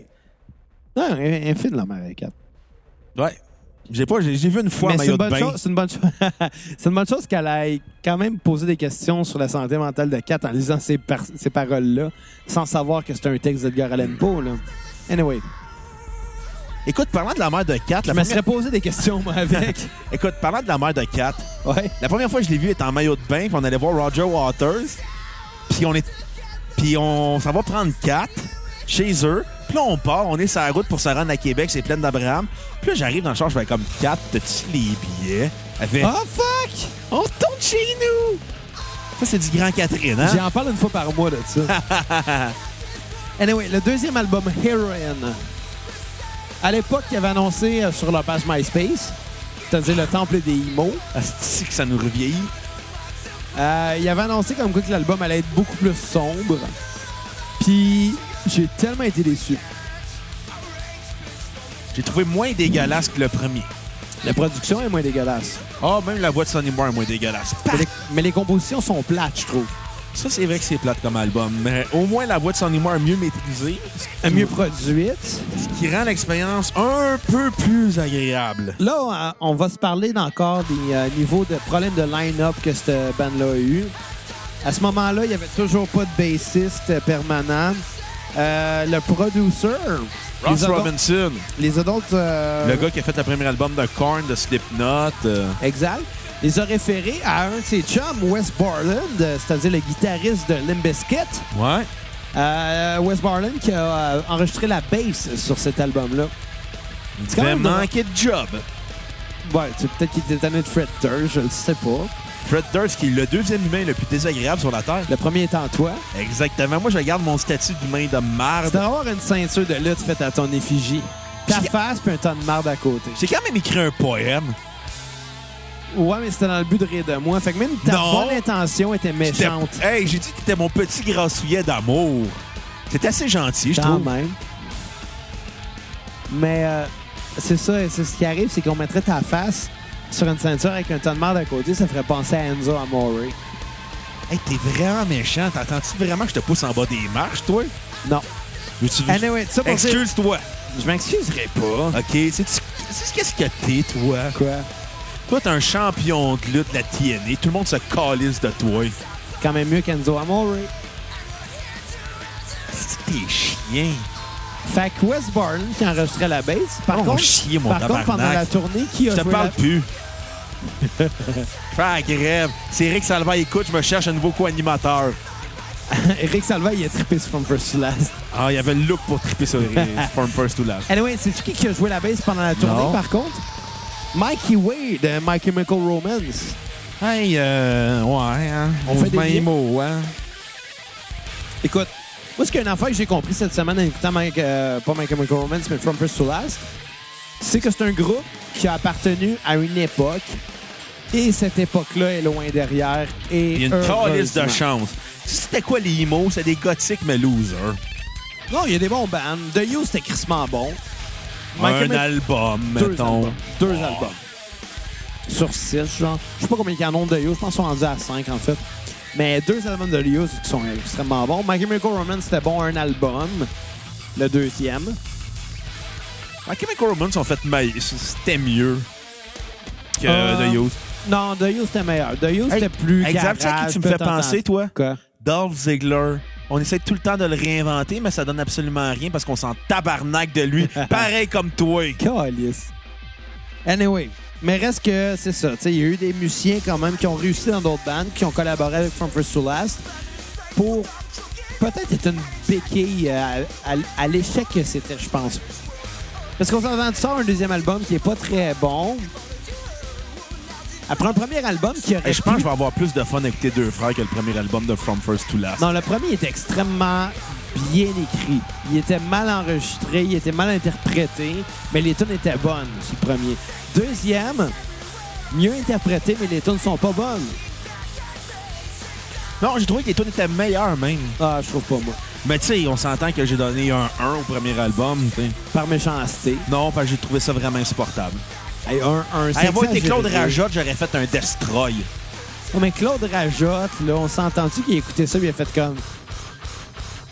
[SPEAKER 1] Non, un, un film, la mère avec Kat.
[SPEAKER 2] Ouais. J'ai pas, j'ai j'ai vu une fois
[SPEAKER 1] Mais
[SPEAKER 2] un
[SPEAKER 1] c'est une,
[SPEAKER 2] maillot de
[SPEAKER 1] bonne
[SPEAKER 2] bain.
[SPEAKER 1] chose, c'est une bonne chose. c'est une bonne chose qu'elle ait quand même posé des questions sur la santé mentale de Kat en lisant ces, par- ces paroles-là, sans savoir que c'était un texte d'Edgar Allan Poe. Là. Anyway,
[SPEAKER 2] Écoute, parlant de la mère de Kat,
[SPEAKER 1] je
[SPEAKER 2] la
[SPEAKER 1] me
[SPEAKER 2] première...
[SPEAKER 1] serais posé des questions moi, avec.
[SPEAKER 2] écoute, parlant de la mère de Kat,
[SPEAKER 1] ouais.
[SPEAKER 2] la première fois que je l'ai vue elle était en maillot de bain, puis on allait voir Roger Waters, puis on est, puis on, ça va prendre Kat chez eux, puis là on part, on est sur la route pour se rendre à Québec, c'est plein d'Abraham, puis là j'arrive dans le char, je fais comme Kat, t'as-tu les billets? Elle fait,
[SPEAKER 1] Oh fuck!
[SPEAKER 2] on retourne chez nous. Ça c'est du grand Catherine, hein?
[SPEAKER 1] J'en parle une fois par mois de ça. anyway, le deuxième album, Heroine. À l'époque, il avait annoncé euh, sur leur page MySpace, c'est-à-dire le temple des Imo,
[SPEAKER 2] Asti que ça nous revieillit.
[SPEAKER 1] euh, il avait annoncé comme quoi que l'album allait être beaucoup plus sombre. Puis j'ai tellement été déçu.
[SPEAKER 2] J'ai trouvé moins dégueulasse que le premier.
[SPEAKER 1] La production est moins dégueulasse.
[SPEAKER 2] Ah, même la voix de Sonny Moore est moins dégueulasse.
[SPEAKER 1] Mais les, mais les compositions sont plates, je trouve.
[SPEAKER 2] Ça, c'est vrai que c'est plate comme album, mais au moins la voix de Sonny Moore est mieux maîtrisée, ce qui-
[SPEAKER 1] Mieux produites.
[SPEAKER 2] ce qui rend l'expérience un peu plus agréable.
[SPEAKER 1] Là, on on va se parler d'encore des euh, niveaux de problèmes de line-up que cette bande-là a eu. À ce moment-là, il n'y avait toujours pas de bassiste euh, permanent. Euh, le producer,
[SPEAKER 2] Ross
[SPEAKER 1] les adultes-
[SPEAKER 2] Robinson,
[SPEAKER 1] les adultes, euh,
[SPEAKER 2] le gars qui a fait le premier album de Korn, de Slipknot. euh,
[SPEAKER 1] Exact. Les a référés à un de ses chums, Wes Borland, euh, c'est-à-dire le guitariste de Limp Bizkit.
[SPEAKER 2] ouais.
[SPEAKER 1] Euh, Wes Borland qui a euh, enregistré la bass sur cet album-là. C'est quand
[SPEAKER 2] Vraiment
[SPEAKER 1] même drôle.
[SPEAKER 2] manqué de job.
[SPEAKER 1] Ouais, c'est peut-être qu'il était tanné de Fred Durst, je le sais pas.
[SPEAKER 2] Fred Durst, qui est le deuxième humain le plus désagréable sur la Terre.
[SPEAKER 1] Le premier étant toi.
[SPEAKER 2] Ah, Exactement. Moi, je garde mon statut d'humain de
[SPEAKER 1] C'est
[SPEAKER 2] marde.
[SPEAKER 1] d'avoir une ceinture de lutte faite à ton effigie. Ta
[SPEAKER 2] Puis-
[SPEAKER 1] face puis un tas de marde à côté.
[SPEAKER 2] J'ai quand même écrit un poème.
[SPEAKER 1] Ouais, mais c'était dans le but de rire de moi. Fait que même ta
[SPEAKER 2] Non.
[SPEAKER 1] bonne intention était
[SPEAKER 2] J'étais-
[SPEAKER 1] méchante.
[SPEAKER 2] Hey, j'ai dit que t'étais mon petit grassouillet d'amour. C'est assez gentil, je
[SPEAKER 1] Quand
[SPEAKER 2] trouve.
[SPEAKER 1] même. Mais euh, c'est ça, c'est ce qui arrive, c'est qu'on mettrait ta face sur une ceinture avec un tas de marde à côté, ça ferait penser à Enzo Amore.
[SPEAKER 2] Hey, t'es vraiment méchant. T'entends-tu vraiment que je te pousse en bas des marches, toi?
[SPEAKER 1] Non.
[SPEAKER 2] Veux-tu-
[SPEAKER 1] Anyway, ça pour dire-
[SPEAKER 2] Excuse-toi.
[SPEAKER 1] Je m'excuserais pas.
[SPEAKER 2] OK, c'est qu'est-ce que t'es, toi?
[SPEAKER 1] Quoi?
[SPEAKER 2] Toi, t'es un champion de lutte de la TNA. Tout le monde se calisse de toi.
[SPEAKER 1] Quand même mieux qu'Enzo Amore.
[SPEAKER 2] C'est que t'es chien.
[SPEAKER 1] Fait que Wes Barton qui enregistrait la bass, par
[SPEAKER 2] Oh,
[SPEAKER 1] contre,
[SPEAKER 2] chier, mon
[SPEAKER 1] par contre
[SPEAKER 2] tabarnak.
[SPEAKER 1] pendant la tournée, qui a
[SPEAKER 2] Je te
[SPEAKER 1] joué
[SPEAKER 2] parle
[SPEAKER 1] la-
[SPEAKER 2] plus. Faire grève. C'est Rick Salvaille. Écoute, je me cherche un nouveau co-animateur.
[SPEAKER 1] Eric Salva, il a trippé sur From First to Last.
[SPEAKER 2] Ah, il y avait le look pour triper sur euh, From First to Last.
[SPEAKER 1] Anyway, c'est-tu qui qui a joué la bass pendant la tournée,
[SPEAKER 2] Non.
[SPEAKER 1] par contre? Mikey Way de My Chemical Romance.
[SPEAKER 2] Hey, euh, ouais, hein. On,
[SPEAKER 1] fait
[SPEAKER 2] fait
[SPEAKER 1] des
[SPEAKER 2] des
[SPEAKER 1] liens.
[SPEAKER 2] mots, hein.
[SPEAKER 1] Écoute, moi, ce qu'il y a une affaire que j'ai compris cette semaine en écoutant Mike, euh, pas My Chemical Romance, mais From First to Last, c'est que c'est un groupe qui a appartenu à une époque et cette époque-là est loin derrière. Et
[SPEAKER 2] Il y a une calice de
[SPEAKER 1] heureusement.
[SPEAKER 2] chance. Tu sais, C'était quoi les emo? C'est des gothiques, mais losers.
[SPEAKER 1] Non, il y a des bons bands. The You, c'était crissement bon. My
[SPEAKER 2] Un
[SPEAKER 1] Chemical-
[SPEAKER 2] album, mettons.
[SPEAKER 1] albums. Deux albums. Sur six, genre. Je sais pas combien il y en a de Leo. Je pense qu'ils sont rendus à cinq, en fait. Mais deux albums de Leo qui sont extrêmement bons. My Chemical Romance, c'était bon un album. Le deuxième.
[SPEAKER 2] My Chemical Romance ont fait ma- c'était mieux que
[SPEAKER 1] Euh,
[SPEAKER 2] The Youth.
[SPEAKER 1] Non, The You, c'était meilleur. The You, c'était
[SPEAKER 2] Ah. Hey,
[SPEAKER 1] plus
[SPEAKER 2] hey, Xav,
[SPEAKER 1] garage.
[SPEAKER 2] tu sais à qui tu me fais
[SPEAKER 1] peut-être en-
[SPEAKER 2] penser, toi?
[SPEAKER 1] Quoi?
[SPEAKER 2] Dolph Ziggler. On essaie tout le temps de le réinventer, mais ça donne absolument rien parce qu'on s'en tabarnaque de lui. Pareil comme toi.
[SPEAKER 1] Calice. Anyway. Mais reste que, c'est ça. tu sais, Il y a eu des musiciens quand même qui ont réussi dans d'autres bandes, qui ont collaboré avec From First to Last pour peut-être être une béquille euh, à, à- à l'échec que c'était, je pense. Parce qu'on s'entend, tu sors un deuxième album qui est pas très bon. Après un premier album qui aurait
[SPEAKER 2] Et je pense que
[SPEAKER 1] pu-
[SPEAKER 2] je vais avoir plus de fun avec tes deux frères que le premier album de From First to Last.
[SPEAKER 1] Non, le premier est extrêmement bien écrit. Il était mal enregistré, il était mal interprété, mais les tunes étaient bonnes, c'est le premier. Deuxième, mieux interprété, mais les tunes sont pas bonnes.
[SPEAKER 2] Non, j'ai trouvé que les tunes étaient meilleures, même.
[SPEAKER 1] Ah, je trouve pas, moi.
[SPEAKER 2] Mais tu sais, on s'entend que j'ai donné un 1 au premier album. tu sais.
[SPEAKER 1] Par méchanceté.
[SPEAKER 2] Non, parce que j'ai trouvé ça vraiment insupportable.
[SPEAKER 1] Hey, un, un,
[SPEAKER 2] Hey, avoir été
[SPEAKER 1] exagéré.
[SPEAKER 2] Claude Rajotte, j'aurais fait un Destroy.
[SPEAKER 1] Oh, mais Claude Rajotte, là, on s'est entendu qu'il écoutait ça, il a fait comme.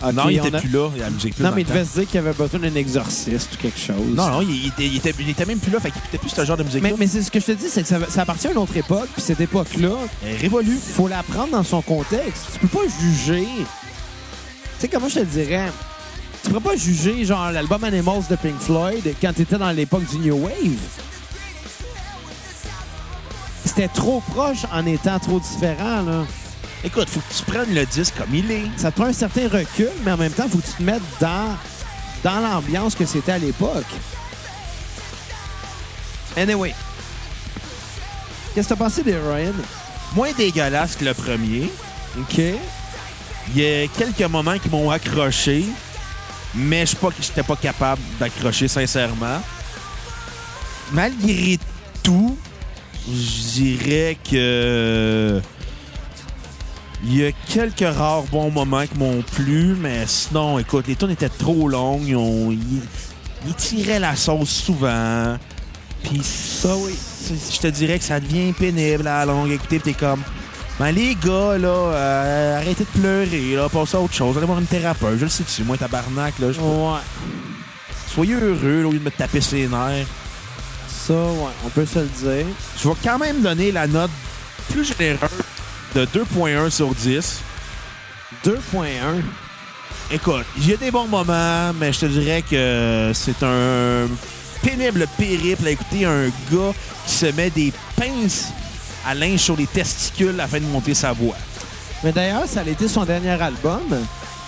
[SPEAKER 1] Ok,
[SPEAKER 2] non, il
[SPEAKER 1] on
[SPEAKER 2] était
[SPEAKER 1] a-
[SPEAKER 2] plus là. La musique plus
[SPEAKER 1] Non,
[SPEAKER 2] dans
[SPEAKER 1] mais
[SPEAKER 2] le
[SPEAKER 1] il
[SPEAKER 2] temps.
[SPEAKER 1] devait se dire qu'il avait besoin d'un exorciste ou quelque chose.
[SPEAKER 2] Non, non, il, il était, il était- il était même plus là. Fait qu'il écoutait plus ce genre de musique-là.
[SPEAKER 1] Mais, mais c'est ce que je te dis, c'est que ça, ça appartient à une autre époque, puis cette époque-là,
[SPEAKER 2] Elle est révolue.
[SPEAKER 1] faut la prendre dans son contexte. Tu peux pas juger. Tu sais, comment je te dirais? Tu peux pas juger, genre, l'album Animals de Pink Floyd quand t'étais dans l'époque du New Wave. C'était trop proche en étant trop différent, là.
[SPEAKER 2] Écoute, faut que tu prennes le disque comme il est.
[SPEAKER 1] ça te prend un certain recul, mais en même temps, il faut que tu te mettes dans, dans l'ambiance que c'était à l'époque. Anyway. Qu'est-ce que t'as pensé des Ryan?
[SPEAKER 2] Moins dégueulasse que le premier.
[SPEAKER 1] OK.
[SPEAKER 2] Il y a quelques moments qui m'ont accroché, mais je n'étais pas capable d'accrocher sincèrement. Malgré tout, je dirais que il y a quelques rares bons moments qui m'ont plu, mais sinon, écoute, les tunes étaient trop longues, ils, ont- ils- ils tiraient la sauce souvent. Puis ça, oui, c'est- je te dirais que ça devient pénible à la longue. Écoutez, puis t'es comme, ben les gars, là, euh, arrêtez de pleurer, là, passez à autre chose, allez voir une thérapeute, je le sais-tu, moi, tabarnak, là, je-
[SPEAKER 1] Ouais.
[SPEAKER 2] soyez heureux, là, au lieu de me taper ses nerfs.
[SPEAKER 1] Ça, ouais, on peut se le dire.
[SPEAKER 2] Je vais quand même donner la note plus généreuse de 2.1 sur 10.
[SPEAKER 1] 2.1.
[SPEAKER 2] Écoute, j'ai des bons moments, mais je te dirais que c'est un pénible périple à écouter un gars qui se met des pinces à linge sur les testicules afin de monter sa voix.
[SPEAKER 1] Mais d'ailleurs, ça a été son dernier album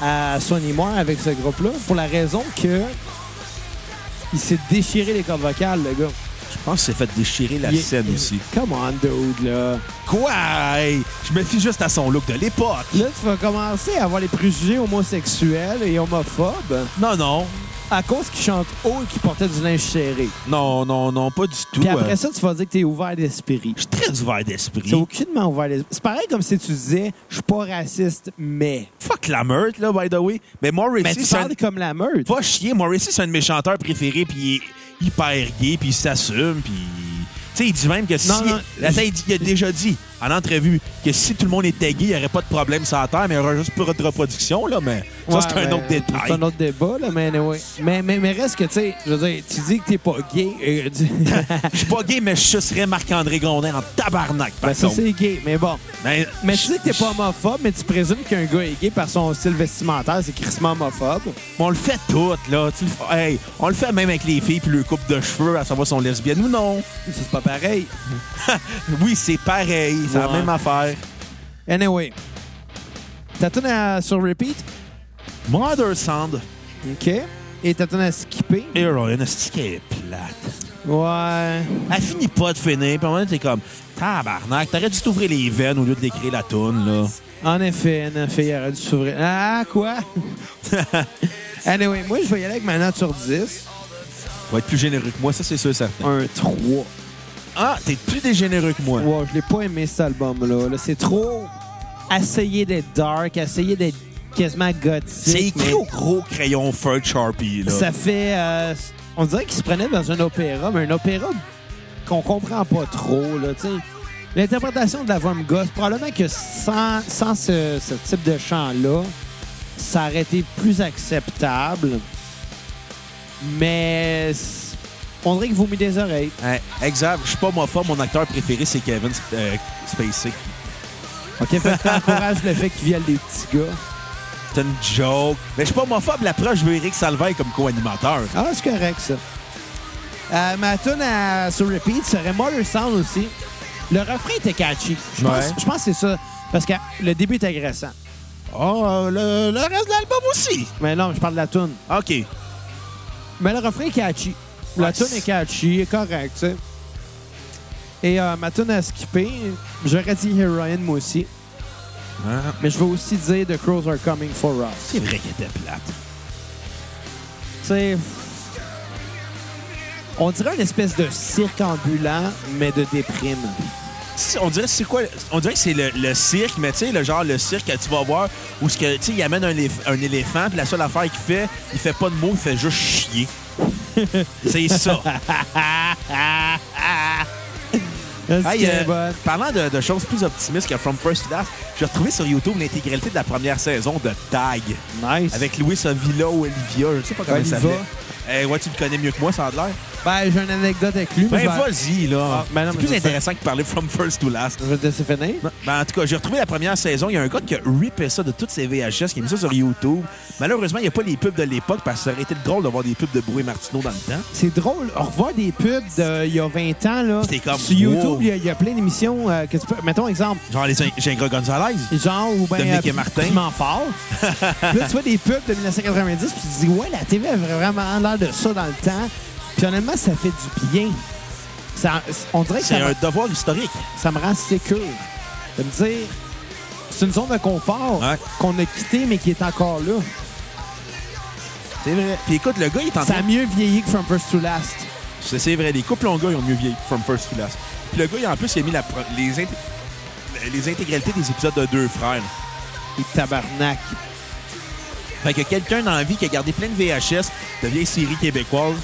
[SPEAKER 1] à Sony Moore avec ce groupe-là, pour la raison que il s'est déchiré les cordes vocales, le gars.
[SPEAKER 2] Je pense que c'est fait déchirer la
[SPEAKER 1] Il est-
[SPEAKER 2] scène aussi.
[SPEAKER 1] Come on, dude, là.
[SPEAKER 2] Quoi? Hey, je me fie juste à son look de l'époque.
[SPEAKER 1] Là, tu vas commencer à avoir les préjugés homosexuels et homophobes.
[SPEAKER 2] Non, non.
[SPEAKER 1] À cause qu'ils chantent haut et qu'ils portaient du linge serré.
[SPEAKER 2] Non, non, non, pas du tout.
[SPEAKER 1] Puis après
[SPEAKER 2] Euh,
[SPEAKER 1] ça, tu vas dire que t'es ouvert d'esprit.
[SPEAKER 2] Je suis très ouvert d'esprit.
[SPEAKER 1] C'est aucunement ouvert d'esprit. C'est pareil comme si tu disais, je suis pas raciste, mais.
[SPEAKER 2] Fuck la meute, là, by the way. Mais Morrissey,
[SPEAKER 1] Mais Ben, tu
[SPEAKER 2] c'est un-
[SPEAKER 1] parles comme la meute.
[SPEAKER 2] Va chier, Morrissey, c'est un de mes chanteurs préférés, puis il est hyper gay, puis il s'assume, puis... Tu sais, il dit même que si...
[SPEAKER 1] Non, non,
[SPEAKER 2] Attends, il, dit- il a déjà dit, en entrevue, que si tout le monde était gay, il n'y aurait pas de problème sur la Terre, mais il n'y aurait juste pas de reproduction, là, mais ça, c'est
[SPEAKER 1] Ouais,
[SPEAKER 2] un
[SPEAKER 1] ben,
[SPEAKER 2] autre détail.
[SPEAKER 1] C'est un autre débat, là, mais anyway. Mais, mais, mais reste que, tu sais, je veux dire, tu dis que t'es pas gay. euh, tu-
[SPEAKER 2] Je suis pas gay, mais je serais Marc-André Gondin en tabarnak, par
[SPEAKER 1] ben, ça,
[SPEAKER 2] contre.
[SPEAKER 1] c'est gay, mais bon.
[SPEAKER 2] Ben,
[SPEAKER 1] Mais tu sais que t'es pas
[SPEAKER 2] je-
[SPEAKER 1] homophobe, mais tu présumes qu'un gars est gay par son style vestimentaire, c'est crissement homophobe.
[SPEAKER 2] On le fait tout, là. Tu le fais- hey, on le fait même avec les filles, puis le couple de cheveux, à savoir si on est lesbienne ou non.
[SPEAKER 1] Ça, C'est pas pareil.
[SPEAKER 2] Oui, c'est pareil, c'est la
[SPEAKER 1] Ouais.
[SPEAKER 2] même affaire.
[SPEAKER 1] Anyway. T'as tune à- sur repeat?
[SPEAKER 2] Mother Sound,
[SPEAKER 1] OK. Et t'as tune à skipper?
[SPEAKER 2] Heroine, c'est qui est plate.
[SPEAKER 1] Ouais.
[SPEAKER 2] Elle finit pas de finir, puis à un moment donné, t'es comme tabarnak, t'aurais dû t'ouvrir les veines au lieu de décrire la toune, là.
[SPEAKER 1] En effet, en effet, il aurait dû s'ouvrir. Ah, quoi? anyway, moi, je vais y aller avec ma note sur 10.
[SPEAKER 2] Va être plus généreux que moi, ça c'est sûr et certain.
[SPEAKER 1] Un 3.
[SPEAKER 2] Ah, t'es plus dégénéreux que moi.
[SPEAKER 1] Wow, je l'ai pas aimé, cet album-là. Là, c'est trop... Essayer d'être dark, essayer d'être quasiment gothique.
[SPEAKER 2] C'est écrit
[SPEAKER 1] mais
[SPEAKER 2] au gros crayon feutre Sharpie, là.
[SPEAKER 1] Ça fait... euh, on dirait qu'il se prenait dans un opéra, mais un opéra qu'on comprend pas trop, là, tu sais. L'interprétation de la voix me gosse. Probablement que sans, sans ce, ce type de chant-là, ça aurait été plus acceptable. Mais c- on dirait qu'il vous met des oreilles.
[SPEAKER 2] Ouais, exact, je suis pas homophobe, mon acteur préféré c'est Kevin Sp- euh, Spacey.
[SPEAKER 1] OK, fait que t'encourages le fait qu'il viole des petits gars.
[SPEAKER 2] C'est une joke. Mais je suis pas homophobe, l'approche, je veux Eric Salvaille comme co-animateur.
[SPEAKER 1] Ah, c'est correct, ça. Euh, ma tune à- sur repeat serait Mother Sound aussi. Le refrain était catchy. Je pense,
[SPEAKER 2] Ouais.
[SPEAKER 1] je pense que c'est ça. Parce que le début est agressant.
[SPEAKER 2] Oh, euh, le, le reste de l'album aussi.
[SPEAKER 1] Mais non, je parle de la tune.
[SPEAKER 2] OK.
[SPEAKER 1] Mais le refrain est catchy. La
[SPEAKER 2] Ouais,
[SPEAKER 1] tune
[SPEAKER 2] c'est-
[SPEAKER 1] est catchy, est correct, tu sais. Et euh, ma tune à skipper, j'aurais dit Heroin, moi aussi.
[SPEAKER 2] Hein?
[SPEAKER 1] Mais je veux aussi dire The Crows Are Coming For Us.
[SPEAKER 2] C'est vrai qu'elle était plate.
[SPEAKER 1] C'est... On dirait une espèce de cirque ambulant, mais de déprime.
[SPEAKER 2] Si- On dirait, c'est quoi, on dirait que c'est le, le cirque, mais tu sais, le genre, le cirque que tu vas voir où ce que, tu sais, il amène un, éléph- un éléphant, puis la seule affaire qu'il fait, il fait pas de mots, il fait juste chier. c'est ça. Hey, euh,
[SPEAKER 1] hein,
[SPEAKER 2] parlant de, de choses plus optimistes que From First to Last, j'ai retrouvé sur YouTube l'intégralité de la première saison de Tag
[SPEAKER 1] Nice.
[SPEAKER 2] avec Louis Avila ou Olivia, je sais pas comment
[SPEAKER 1] Oliva.
[SPEAKER 2] ça s'appelle. Eh, ouais, tu le connais mieux que moi, ça a de l'air.
[SPEAKER 1] Ben, j'ai une anecdote avec lui. mais
[SPEAKER 2] Ben,
[SPEAKER 1] je vais-
[SPEAKER 2] vas-y, là.
[SPEAKER 1] Ah, ben non,
[SPEAKER 2] c'est
[SPEAKER 1] mais
[SPEAKER 2] plus
[SPEAKER 1] je sais.
[SPEAKER 2] intéressant que parler From First to Last.
[SPEAKER 1] Je vais te laisser finir.
[SPEAKER 2] Ben, en tout cas, j'ai retrouvé la première saison. Il y a un gars qui a ripé ça de toutes ses VHS, qui a mis ça sur YouTube. Malheureusement, il n'y a pas les pubs de l'époque parce que ça aurait été drôle de voir des pubs de Bruy Martineau dans le temps.
[SPEAKER 1] C'est drôle, on revoit des pubs d'il y a 20 ans. Là,
[SPEAKER 2] C'est comme,
[SPEAKER 1] sur YouTube, il
[SPEAKER 2] wow.
[SPEAKER 1] y a- il y, a plein d'émissions euh, que tu peux. Mettons exemple,
[SPEAKER 2] Genre les Gin- Gingras Gonzalez.
[SPEAKER 1] genre ou ben,
[SPEAKER 2] Dominique et
[SPEAKER 1] euh,
[SPEAKER 2] Martin.
[SPEAKER 1] Piment fort. Puis là, tu vois des pubs de 1990, puis tu te dis, ouais, la TV avait vraiment l'air de ça dans le temps. Puis honnêtement, ça fait du bien. Ça- on dirait que
[SPEAKER 2] C'est
[SPEAKER 1] ça,
[SPEAKER 2] un
[SPEAKER 1] me-
[SPEAKER 2] devoir historique.
[SPEAKER 1] ça me rend sécure de me dire, c'est une zone de confort
[SPEAKER 2] Ouais.
[SPEAKER 1] qu'on a quittée, mais qui est encore là.
[SPEAKER 2] C'est vrai. Puis écoute, le gars, il est en
[SPEAKER 1] Ça a
[SPEAKER 2] train.
[SPEAKER 1] mieux vieilli que From First to Last.
[SPEAKER 2] C'est c'est vrai, les couples longueurs, ils ont mieux vieilli que From First to Last. Puis le gars, il, en plus, il a mis la pro- les, int- les intégralités des épisodes de Deux Frères.
[SPEAKER 1] Et tabarnak.
[SPEAKER 2] Fait que quelqu'un dans la vie qui a gardé plein de VHS de vieilles séries québécoises,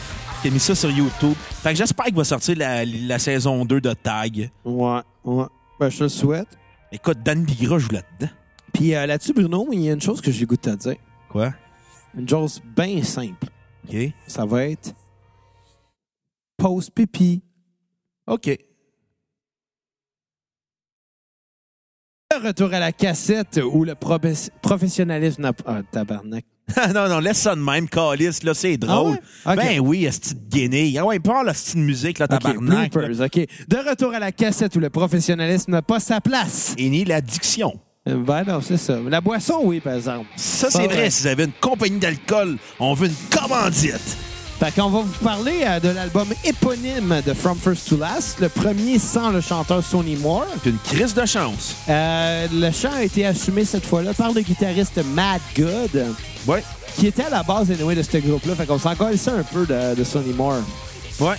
[SPEAKER 2] qui a mis ça sur YouTube. Fait que j'espère qu'il va sortir la, la saison 2 de Tag.
[SPEAKER 1] Ouais, ouais. Ben, je te le souhaite.
[SPEAKER 2] Écoute, Dan Bigra joue là-dedans.
[SPEAKER 1] Puis euh, là-dessus, Bruno, il y a une chose que j'ai le goût de te dire.
[SPEAKER 2] Quoi?
[SPEAKER 1] Une chose bien simple.
[SPEAKER 2] OK.
[SPEAKER 1] Ça va être pause pipi.
[SPEAKER 2] OK.
[SPEAKER 1] Le retour à la cassette où le profes- professionnalisme n'a pas. Ah, tabarnak.
[SPEAKER 2] non, non, laisse ça de même, Calis, là, c'est drôle.
[SPEAKER 1] Ah ouais? OK.
[SPEAKER 2] Ben oui, esti de guenille. Ah ouais, parle la petite musique, là,
[SPEAKER 1] OK,
[SPEAKER 2] tabarnak. là.
[SPEAKER 1] bloopers, OK. De retour à la cassette où le professionnalisme n'a pas sa place.
[SPEAKER 2] Et ni l'addiction.
[SPEAKER 1] Euh, Ben non, c'est ça. La boisson, oui, par exemple.
[SPEAKER 2] Ça, c'est
[SPEAKER 1] Ah ouais.
[SPEAKER 2] vrai, si vous avez une compagnie d'alcool, on veut une commandite.
[SPEAKER 1] Fait qu'on va vous parler euh, de l'album éponyme de From First to Last, le premier sans le chanteur Sonny Moore.
[SPEAKER 2] C'est une crise de chance.
[SPEAKER 1] Euh, le chant a été assumé cette fois-là par le guitariste Matt Good,
[SPEAKER 2] Ouais,
[SPEAKER 1] qui était à la base anyway, de ce groupe-là. Fait qu'on s'en ça un peu de, de Sonny Moore.
[SPEAKER 2] ouais.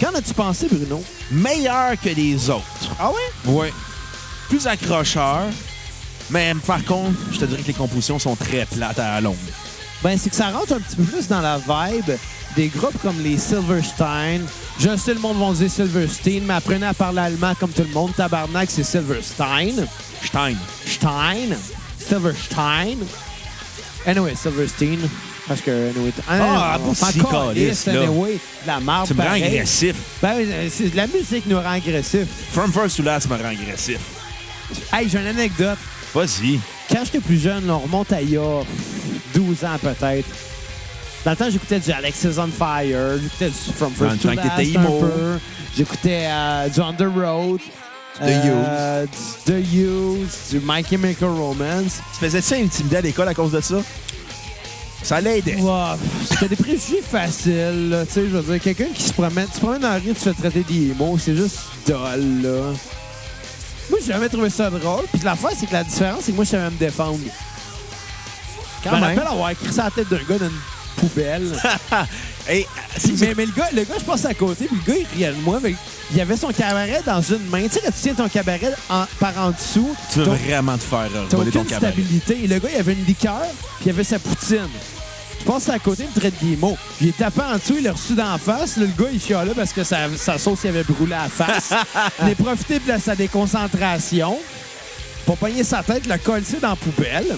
[SPEAKER 1] Qu'en as-tu pensé, Bruno?
[SPEAKER 2] Meilleur que les autres.
[SPEAKER 1] Ah ouais?
[SPEAKER 2] Ouais. Plus accrocheur. Mais par contre, je te dirais que les compositions sont très plates à longue.
[SPEAKER 1] Ben, c'est que ça rentre un petit peu plus dans la vibe des groupes comme les Silverstein. Je sais, le monde va dire Silverstein, mais apprenez à parler allemand comme tout le monde. Tabarnak, c'est Silverstein.
[SPEAKER 2] Stein.
[SPEAKER 1] Stein. Silverstein. Anyway, Silverstein. Parce que, anyway... t- hein,
[SPEAKER 2] Ah,
[SPEAKER 1] on s'en
[SPEAKER 2] abouti,
[SPEAKER 1] calisse,
[SPEAKER 2] calisse, là.
[SPEAKER 1] anyway, de la marde,
[SPEAKER 2] Tu me rends
[SPEAKER 1] pareil.
[SPEAKER 2] agressif.
[SPEAKER 1] Ben, euh, c'est- la musique nous rend agressifs.
[SPEAKER 2] From First to Last me rend agressif.
[SPEAKER 1] Hey, j'ai une anecdote.
[SPEAKER 2] Vas-y.
[SPEAKER 1] Quand j'étais plus jeune, là, on remonte à il y a 12 ans peut-être. Dans le temps, j'écoutais du Alexis on Fire, j'écoutais du From
[SPEAKER 2] Dans le
[SPEAKER 1] First to
[SPEAKER 2] temps que t'étais
[SPEAKER 1] Last un
[SPEAKER 2] emo.
[SPEAKER 1] peu, j'écoutais euh, du On The Road,
[SPEAKER 2] The
[SPEAKER 1] euh, du The Hughes, du My Chemical Romance.
[SPEAKER 2] Tu faisais-tu intimider à l'école à cause de ça? Ça l'aidait.
[SPEAKER 1] Wow, C'était des préjugés faciles, là. tu sais, je veux dire, quelqu'un qui se promène, tu te promènes dans la rue, tu te fais traiter d'IMO, c'est juste dol, là. Moi, j'ai jamais trouvé ça drôle, puis l'affaire, c'est que la différence, c'est que moi, je savais me défendre.
[SPEAKER 2] Quand
[SPEAKER 1] je me
[SPEAKER 2] même.
[SPEAKER 1] Ben, rappelle avoir écrit ça à la tête d'un gars dans une poubelle.
[SPEAKER 2] Hey, si vous-
[SPEAKER 1] mais, mais le gars, le gars, je passe à côté, puis le gars, il riait de moi, mais il avait son cabaret dans une main. Tu sais, quand tu tiens ton cabaret en- par en dessous,
[SPEAKER 2] tu veux
[SPEAKER 1] t'as-
[SPEAKER 2] vraiment te faire euh,
[SPEAKER 1] T'as
[SPEAKER 2] voler ton
[SPEAKER 1] aucune
[SPEAKER 2] cabaret.
[SPEAKER 1] stabilité. Et le gars, il avait une liqueur, puis il avait sa poutine. Je pense à côté, il me traite guillemot. Il est tapé en dessous, il l'a reçu d'en face. Là, le gars, il chialait parce que sa, sa sauce, il avait brûlé à la face. il a profité de la- sa déconcentration pour pogner sa tête, le coller dans la poubelle.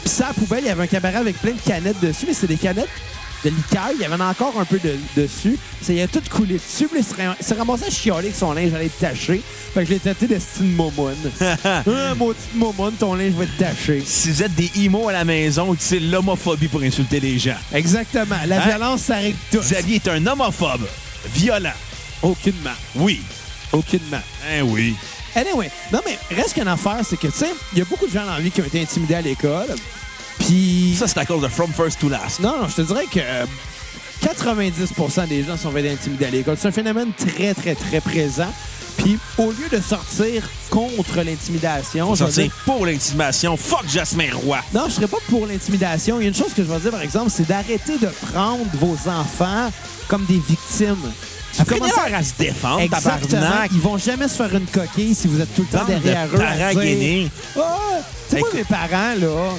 [SPEAKER 1] Puis ça, à la poubelle, il y avait un cabaret avec plein de canettes dessus, mais c'est des canettes de liqueur. Il y avait encore un peu de, dessus. Ça, il a tout coulé dessus. Puis là, il s'est ram- il s'est ramassé à chialer avec son linge allait être taché. Fait que je l'ai traité de style momoune. Ah, maudite momone, ton linge va être taché.
[SPEAKER 2] Si vous êtes des imos à la maison, utilisez l'homophobie pour insulter les gens.
[SPEAKER 1] Exactement. La
[SPEAKER 2] Hein?
[SPEAKER 1] violence, ça règle tout.
[SPEAKER 2] Xavier est un homophobe. Violent.
[SPEAKER 1] Aucunement.
[SPEAKER 2] Oui.
[SPEAKER 1] Aucunement.
[SPEAKER 2] Hein, oui.
[SPEAKER 1] Anyway, non, mais reste qu'une affaire, c'est que, tu sais, il y a beaucoup de gens dans la vie qui ont été intimidés à l'école. Puis.
[SPEAKER 2] Ça, c'est à cause de From First to Last.
[SPEAKER 1] Non, non, je te dirais que euh, 90 des gens sont venus intimidés à l'école. C'est un phénomène très, très, très présent. Puis au lieu de sortir contre l'intimidation, je vais
[SPEAKER 2] Sortir
[SPEAKER 1] dire-
[SPEAKER 2] pour l'intimation. Fuck Jasmin Roy.
[SPEAKER 1] Non, je serais pas pour l'intimidation. Il y a une chose que je vais dire, par exemple, c'est d'arrêter de prendre vos enfants comme des victimes. Tu
[SPEAKER 2] Comment
[SPEAKER 1] commences à-
[SPEAKER 2] à se défendre,
[SPEAKER 1] Exactement.
[SPEAKER 2] tabarnak?
[SPEAKER 1] Ils vont jamais se faire une coquille si vous êtes tout le temps
[SPEAKER 2] Bande de
[SPEAKER 1] derrière eux. à dire,
[SPEAKER 2] taraguenés.
[SPEAKER 1] Ah, c'est
[SPEAKER 2] Ben,
[SPEAKER 1] moi,
[SPEAKER 2] écoute-
[SPEAKER 1] mes parents, là.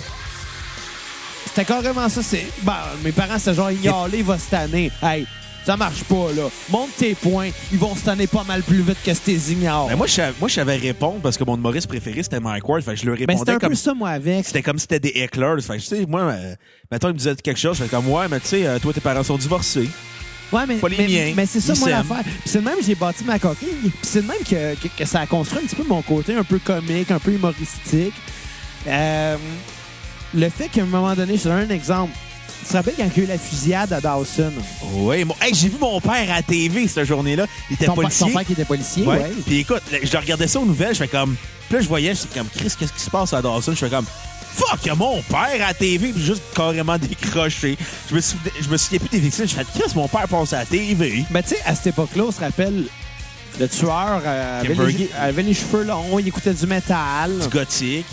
[SPEAKER 1] C'était carrément ça. C'est... Ben, mes parents, c'était genre, ignorer va se tanner. Hey, ça marche pas, là. Monte tes points. Ils vont se tanner pas mal plus vite que si t'es ignores.
[SPEAKER 2] Ben, moi, je savais, moi, je savais répondre parce que mon humoriste préféré, c'était Mike Ward. Fait que je lui
[SPEAKER 1] Ben, c'était
[SPEAKER 2] répondais
[SPEAKER 1] un
[SPEAKER 2] comme
[SPEAKER 1] peu ça, moi, avec.
[SPEAKER 2] C'était comme si c'était des hecklers. Fait que, tu sais, moi, euh, mettons, il me disait quelque chose. Fait comme, ouais, mais tu sais, euh, toi, tes parents sont divorcés.
[SPEAKER 1] Ouais, mais,
[SPEAKER 2] Pas les
[SPEAKER 1] mais-
[SPEAKER 2] miens.
[SPEAKER 1] mais c'est ça,
[SPEAKER 2] Ils
[SPEAKER 1] moi,
[SPEAKER 2] s'aiment.
[SPEAKER 1] l'affaire. Puis c'est de même que j'ai bâti ma coquille. Puis c'est de même que, que, que ça a construit un petit peu mon côté un peu comique, un peu humoristique. Euh, le fait qu'à un moment donné, je te donne un exemple. Tu te rappelles quand il y a eu la fusillade à Dawson?
[SPEAKER 2] Oui, mon... hey, j'ai vu mon père à la TV cette journée-là. Il était
[SPEAKER 1] Ton, pa-
[SPEAKER 2] policier.
[SPEAKER 1] ton père qui était policier,
[SPEAKER 2] Ouais.
[SPEAKER 1] ouais.
[SPEAKER 2] Puis écoute, là, je regardais ça aux nouvelles, je fais comme. Puis là, je voyais, c'est comme, Chris, qu'est-ce qui se passe à Dawson? Je fais comme, fuck, y a mon père à la TV, puis juste carrément décroché. Je me, souvi- je me souviens plus des victimes. Je fais, Chris, mon père passe à la TV.
[SPEAKER 1] Mais Ben, tu sais, à cette époque-là, on se rappelle, le tueur euh, avait,
[SPEAKER 2] Kimberly.
[SPEAKER 1] les, avait les cheveux longs, il écoutait du métal.
[SPEAKER 2] Du gothique.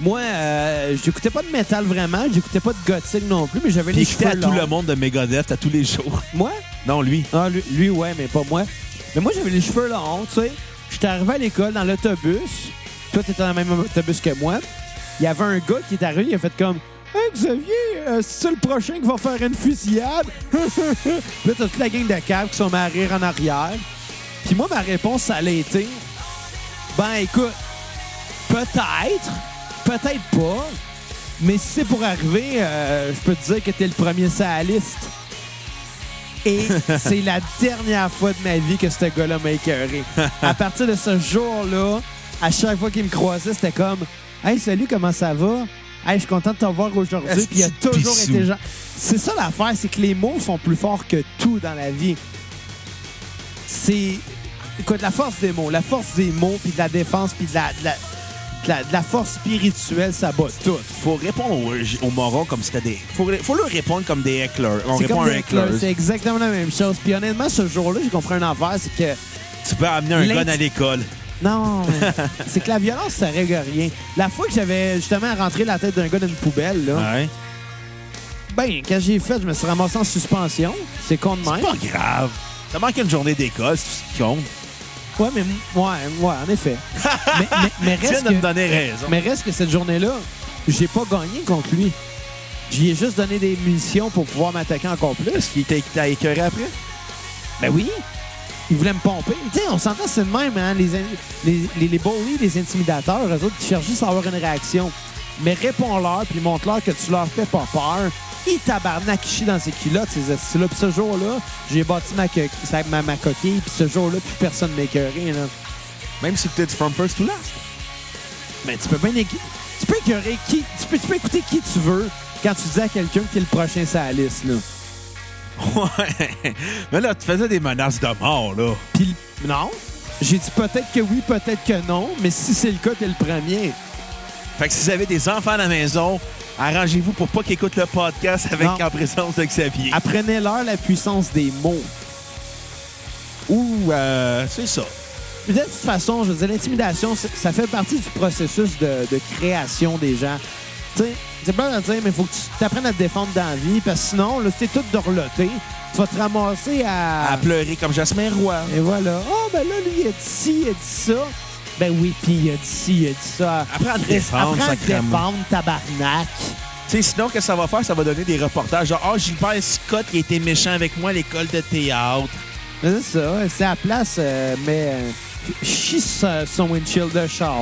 [SPEAKER 1] Moi, euh, j'écoutais pas de métal vraiment, j'écoutais pas de gothique non plus, mais j'avais
[SPEAKER 2] Puis
[SPEAKER 1] les
[SPEAKER 2] il écoutait
[SPEAKER 1] cheveux
[SPEAKER 2] à tout
[SPEAKER 1] longs.
[SPEAKER 2] le monde de Megadeth à tous les jours.
[SPEAKER 1] Moi,
[SPEAKER 2] Non, lui.
[SPEAKER 1] Ah, lui, lui, ouais, mais pas moi. Mais moi, j'avais les cheveux longs, tu sais. J'étais arrivé à l'école dans l'autobus. Toi, t'étais dans le même autobus que moi. Il y avait un gars qui est arrivé, il a fait comme Hey, Xavier, euh, c'est ça le prochain qui va faire une fusillade? Puis là, t'as toute la gang de caves qui sont mis à rire en arrière. Puis moi, ma réponse, ça allait été Ben, écoute, peut-être, peut-être pas. Mais si c'est pour arriver, euh, je peux te dire que t'es le premier sur la liste. Et c'est la dernière fois de ma vie que ce gars-là m'a écœuré. À partir de ce jour-là, à chaque fois qu'il me croisait, c'était comme Hey, salut, comment ça va? Hey, je suis content de te voir aujourd'hui. Puis il a
[SPEAKER 2] Esti de
[SPEAKER 1] toujours été
[SPEAKER 2] pissou.
[SPEAKER 1] genre. C'est ça l'affaire, c'est que les mots sont plus forts que tout dans la vie. C'est. Écoute, la force des mots, la force des mots, puis de la défense, puis de la, de la, de la- de la force spirituelle, ça bat tout.
[SPEAKER 2] Faut répondre aux, aux morons comme si c'était des. Faut, faut leur répondre comme des hecklers. On
[SPEAKER 1] C'est
[SPEAKER 2] répond
[SPEAKER 1] comme
[SPEAKER 2] à un
[SPEAKER 1] des
[SPEAKER 2] heckler.
[SPEAKER 1] éclairs, c'est exactement la même chose. Puis honnêtement, ce jour-là, j'ai compris une affaire, c'est que
[SPEAKER 2] Tu peux amener un
[SPEAKER 1] L'inti-
[SPEAKER 2] gun à l'école.
[SPEAKER 1] Non, mais c'est que la violence, ça règle rien. La fois que j'avais justement rentré la tête d'un gars dans une poubelle, là,
[SPEAKER 2] Ouais.
[SPEAKER 1] ben, quand j'ai fait, je me suis ramassé en suspension. C'est con de
[SPEAKER 2] C'est
[SPEAKER 1] même.
[SPEAKER 2] pas grave. T'as manqué une journée d'école, c'est tout ce qui compte.
[SPEAKER 1] Ouais, mais ouais, ouais, en effet. mais, mais- mais
[SPEAKER 2] Tu viens
[SPEAKER 1] reste
[SPEAKER 2] de me
[SPEAKER 1] que,
[SPEAKER 2] donner raison.
[SPEAKER 1] mais reste que cette journée-là, j'ai pas gagné contre lui. J'y ai juste donné des munitions pour pouvoir m'attaquer encore plus.
[SPEAKER 2] Il t'a- t'a écœuré après? Eh
[SPEAKER 1] Ben oui. Ils voulaient me pomper. Tu sais, on s'entend, c'est le même, hein? Les, in- les, les, les bullies, les intimidateurs, eux autres, ils cherchent juste à avoir une réaction. Mais réponds-leur, puis montre-leur que tu leur fais pas peur. Ils tabarnak ils chient dans ses culottes, ces estis-là. Puis ce jour-là, j'ai bâti ma, co- sa- ma, ma coquille, puis ce jour-là, plus personne m'écœurait, là.
[SPEAKER 2] Même si peut-être From First to Last.
[SPEAKER 1] Mais tu peux bien éc- Tu peux écœurer qui... Tu peux, tu peux écouter qui tu veux quand tu dis à quelqu'un qui est le prochain sur la liste, là.
[SPEAKER 2] Ouais. Mais là, tu faisais des menaces de mort, là.
[SPEAKER 1] Puis le- non. J'ai dit peut-être que oui, peut-être que non, mais si c'est le cas, t'es le premier.
[SPEAKER 2] Fait que si vous avez des enfants à la maison, arrangez-vous pour pas qu'ils écoutent le podcast avec
[SPEAKER 1] Non.
[SPEAKER 2] en présence de Xavier.
[SPEAKER 1] Apprenez-leur la puissance des mots.
[SPEAKER 2] Ou, euh, c'est ça.
[SPEAKER 1] Puis de toute façon, je veux dire, l'intimidation, c'est- ça fait partie du processus de, de création des gens. Tu sais, c'est pas à dire, mais il faut que tu apprennes à te défendre dans la vie, parce que sinon, là, si t'es tout dorloté, tu vas te ramasser à...
[SPEAKER 2] À pleurer comme Jasmin Roy.
[SPEAKER 1] Et voilà. Oh, ben là, lui, il a dit ci, il a dit ça. Ben oui, puis il a dit ci, il a dit ça.
[SPEAKER 2] Apprends à te défendre,
[SPEAKER 1] Apprends à te
[SPEAKER 2] sacrément.
[SPEAKER 1] défendre, tabarnak.
[SPEAKER 2] Tu sais, sinon, qu'est-ce que ça va faire? Ça va donner des reportages. Genre, oh, Gilbert Scott, il était méchant avec moi à l'école de théâtre.
[SPEAKER 1] Mais C'est ça, c'est à la place, euh, mais euh, chie sur son windshield de char.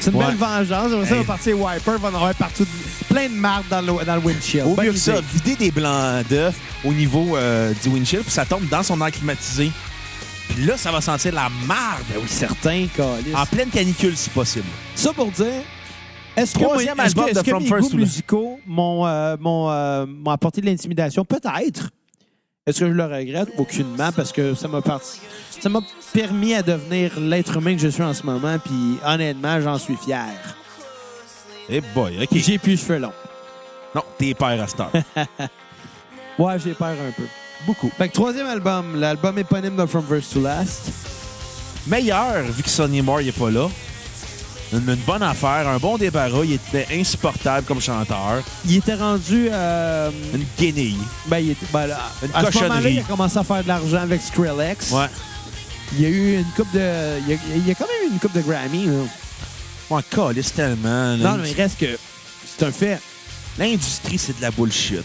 [SPEAKER 1] C'est une
[SPEAKER 2] Ouais.
[SPEAKER 1] belle vengeance. Après ça, on va
[SPEAKER 2] Hey.
[SPEAKER 1] partir wiper, va en avoir partout, de- plein de marques dans le, dans le windshield.
[SPEAKER 2] Au
[SPEAKER 1] Bonne
[SPEAKER 2] mieux que
[SPEAKER 1] idée.
[SPEAKER 2] ça, vider des blancs d'œufs au niveau euh, du windshield, puis ça tombe dans son air climatisé. Puis là, ça va sentir la marde.
[SPEAKER 1] Ben oui, certain, câlisse.
[SPEAKER 2] En pleine canicule, si possible.
[SPEAKER 1] Ça pour dire, est-ce que,
[SPEAKER 2] Troisième
[SPEAKER 1] moi- est-ce que,
[SPEAKER 2] album
[SPEAKER 1] est-ce
[SPEAKER 2] de
[SPEAKER 1] que
[SPEAKER 2] From
[SPEAKER 1] mes
[SPEAKER 2] First
[SPEAKER 1] groupes
[SPEAKER 2] to Last.
[SPEAKER 1] musicaux m'ont euh, m'ont, euh, m'ont apporté de l'intimidation? Peut-être. Est-ce que je le regrette? Aucunement, parce que ça m'a parti... ça m'a permis à devenir l'être humain que je suis en ce moment, puis honnêtement, j'en suis fier.
[SPEAKER 2] Eh boy, OK.
[SPEAKER 1] Puis J'ai plus les cheveux longs.
[SPEAKER 2] Non, t'es père à cette heure.
[SPEAKER 1] Ouais, j'ai peur un peu.
[SPEAKER 2] Beaucoup.
[SPEAKER 1] Fait que troisième album, l'album éponyme de From First to Last.
[SPEAKER 2] meilleur, vu que Sonny Moore n'est pas là. Une, une bonne affaire, un bon débarras. Il était insupportable comme chanteur.
[SPEAKER 1] Il était rendu. euh,
[SPEAKER 2] Une guenille.
[SPEAKER 1] ben, il était, ben, là,
[SPEAKER 2] Une
[SPEAKER 1] à ce moment-là,
[SPEAKER 2] cochonnerie.
[SPEAKER 1] il a commencé à faire de l'argent avec Skrillex.
[SPEAKER 2] Ouais.
[SPEAKER 1] Il y a eu une coupe de. Il y a, il y a quand même eu une coupe de Grammy. là.
[SPEAKER 2] On calisse tellement. là.
[SPEAKER 1] Non, mais il reste que. C'est un fait.
[SPEAKER 2] L'industrie, c'est de la bullshit.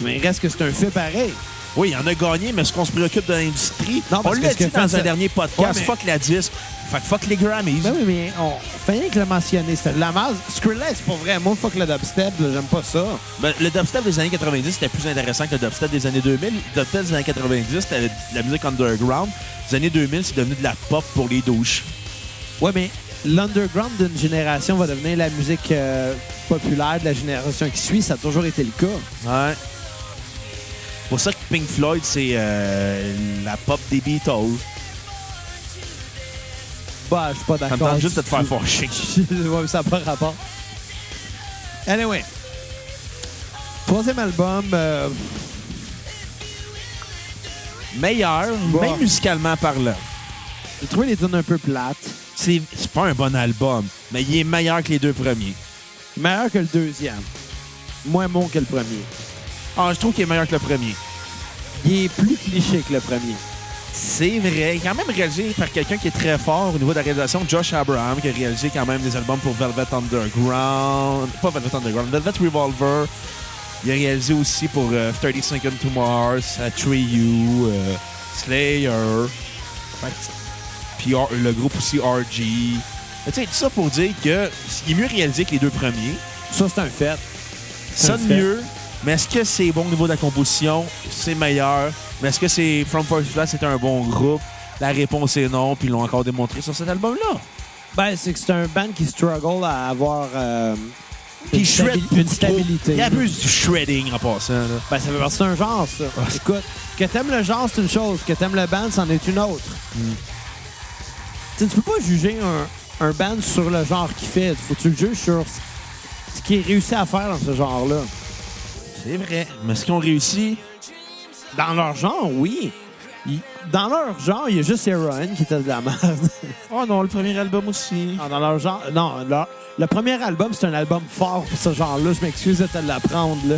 [SPEAKER 1] Mais il reste que c'est un fait pareil.
[SPEAKER 2] Oui, il en a gagné, mais ce qu'on se préoccupe de l'industrie,
[SPEAKER 1] Non,
[SPEAKER 2] on
[SPEAKER 1] parce que
[SPEAKER 2] l'a
[SPEAKER 1] ce que
[SPEAKER 2] dit dans
[SPEAKER 1] fait-
[SPEAKER 2] un dernier podcast,
[SPEAKER 1] Ouais, mais-
[SPEAKER 2] fuck la disque, fait que fuck les Grammys.
[SPEAKER 1] Ben oui, mais on fait rien que le mentionner. C'était de la masse. Skrillex, pour vrai, moi, fuck le dubstep, là, j'aime pas ça.
[SPEAKER 2] Ben, le dubstep des années 90, c'était plus intéressant que le dubstep des années 2000. Le dubstep des années 90, c'était de la musique underground. Les années 2000, c'est devenu de la pop pour les douches.
[SPEAKER 1] Ouais, mais l'underground d'une génération va devenir la musique euh, populaire de la génération qui suit. Ça a toujours été le cas.
[SPEAKER 2] Ouais. pour ça que Pink Floyd, c'est euh, la pop des Beatles.
[SPEAKER 1] Bah, je suis pas
[SPEAKER 2] Ça me
[SPEAKER 1] d'accord.
[SPEAKER 2] tente juste de te faire
[SPEAKER 1] Tu-
[SPEAKER 2] fâcher.
[SPEAKER 1] ouais, mais ça n'a pas rapport. Anyway. Troisième album, euh,
[SPEAKER 2] Meilleur,
[SPEAKER 1] Bah.
[SPEAKER 2] même musicalement parlant.
[SPEAKER 1] j'ai trouvé les tunes un peu plates.
[SPEAKER 2] C'est c'est pas un bon album, mais il est meilleur que les deux premiers.
[SPEAKER 1] Meilleur que le deuxième. Moins bon que le premier.
[SPEAKER 2] Ah, je trouve qu'il est meilleur que le premier.
[SPEAKER 1] Il est plus cliché que le premier.
[SPEAKER 2] C'est vrai. Quand même réalisé par quelqu'un qui est très fort au niveau de la réalisation, Josh Abraham, qui a réalisé quand même des albums pour Velvet Underground. Pas Velvet Underground, Velvet Revolver. Il a réalisé aussi pour euh, 30 Seconds to Mars, Atreyu, euh, Slayer. Fait que- Puis R- le groupe aussi RG. Mais Tu sais, tout ça pour dire que il est mieux réalisé que les deux premiers.
[SPEAKER 1] Ça, c'est un fait.
[SPEAKER 2] Ça
[SPEAKER 1] C'est
[SPEAKER 2] sonne
[SPEAKER 1] un fait.
[SPEAKER 2] mieux. Mais est-ce que c'est bon au niveau de la composition? C'est meilleur. Mais est-ce que c'est From First Class c'était un bon groupe? La réponse est non, puis ils l'ont encore démontré sur cet album-là.
[SPEAKER 1] Ben, c'est que c'est un band qui struggle à avoir euh,
[SPEAKER 2] Puis
[SPEAKER 1] une,
[SPEAKER 2] shred
[SPEAKER 1] stabi-
[SPEAKER 2] beaucoup
[SPEAKER 1] une
[SPEAKER 2] trop.
[SPEAKER 1] stabilité.
[SPEAKER 2] Il abuse du shredding en passant. là.
[SPEAKER 1] Ben, ça veut dire c'est un genre, ça. Écoute, que t'aimes le genre, c'est une chose. Que t'aimes le band, c'en est une autre. Tu sais, tu peux pas juger un, un band sur le genre qu'il fait. Faut que tu le juges sur ce qu'il réussit à faire dans ce genre-là.
[SPEAKER 2] C'est vrai. Mais est-ce qu'ils ont réussi?
[SPEAKER 1] Dans leur genre, oui. Il- Dans leur genre, il y a juste Heroin qui était de la merde.
[SPEAKER 2] Oh non, le premier album aussi.
[SPEAKER 1] Non, Ah, dans leur genre. Non, leur- le premier album, c'est un album fort pour ce genre-là. Je m'excuse de te l'apprendre, là.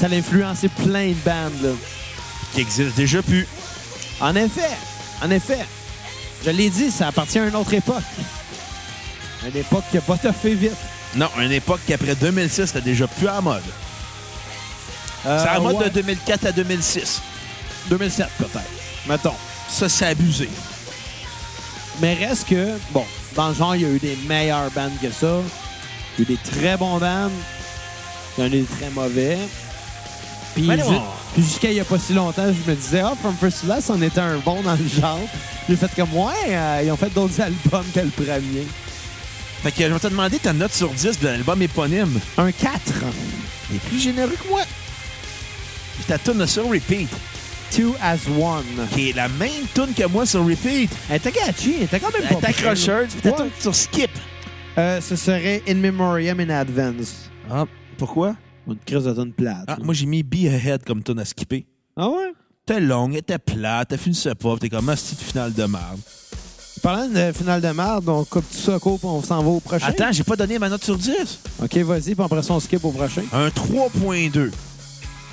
[SPEAKER 1] Ça a influencé plein de bandes, là.
[SPEAKER 2] Qui existe déjà plus.
[SPEAKER 1] En effet, en effet. Je l'ai dit, ça appartient à une autre époque. Une époque qui a pas toffé vite.
[SPEAKER 2] Non, une époque qu'après 2006, c'était déjà plus à la mode.
[SPEAKER 1] Euh,
[SPEAKER 2] c'est à la mode
[SPEAKER 1] ouais,
[SPEAKER 2] de 2004 à 2006.
[SPEAKER 1] 2007, peut-être. Mettons.
[SPEAKER 2] Ça, c'est abusé.
[SPEAKER 1] Mais reste que, bon, dans le genre, il y a eu des meilleurs bands que ça. Il y a eu des très bons bands. Il y en a eu des très mauvais. Puis,
[SPEAKER 2] Mais non.
[SPEAKER 1] ju- puis jusqu'à il n'y a pas si longtemps, je me disais, ah, From First to Last, on était un bon dans le genre. J'ai fait comme, ouais, euh, ils ont fait d'autres albums que le premier.
[SPEAKER 2] Fait que je vais te demander ta note sur 10 de l'album éponyme.
[SPEAKER 1] Un 4.
[SPEAKER 2] Il est plus généreux que moi. Puis ta tune sur repeat,
[SPEAKER 1] Two as one.
[SPEAKER 2] qui est la même tune que moi sur repeat.
[SPEAKER 1] Elle était catchy, elle était quand même
[SPEAKER 2] Elle
[SPEAKER 1] pas pire.
[SPEAKER 2] t'accrocheuse, Ben, puis ta
[SPEAKER 1] Ouais.
[SPEAKER 2] tune sur skip.
[SPEAKER 1] Euh, ce serait In Memoriam in Advance.
[SPEAKER 2] Ah, pourquoi?
[SPEAKER 1] Une crise de tonne plate.
[SPEAKER 2] Ah, moi j'ai mis Be Ahead comme tune à skipper.
[SPEAKER 1] Ah ouais?
[SPEAKER 2] T'es longue, elle était plate, t'as finissais pas, puis t'es comme un style finale de merde.
[SPEAKER 1] Parlant de finale de merde, on coupe tout ça court puis on s'en va au prochain.
[SPEAKER 2] Attends, j'ai pas donné ma note sur 10.
[SPEAKER 1] OK, vas-y, puis après ça, on skip au prochain.
[SPEAKER 2] Un 3.2.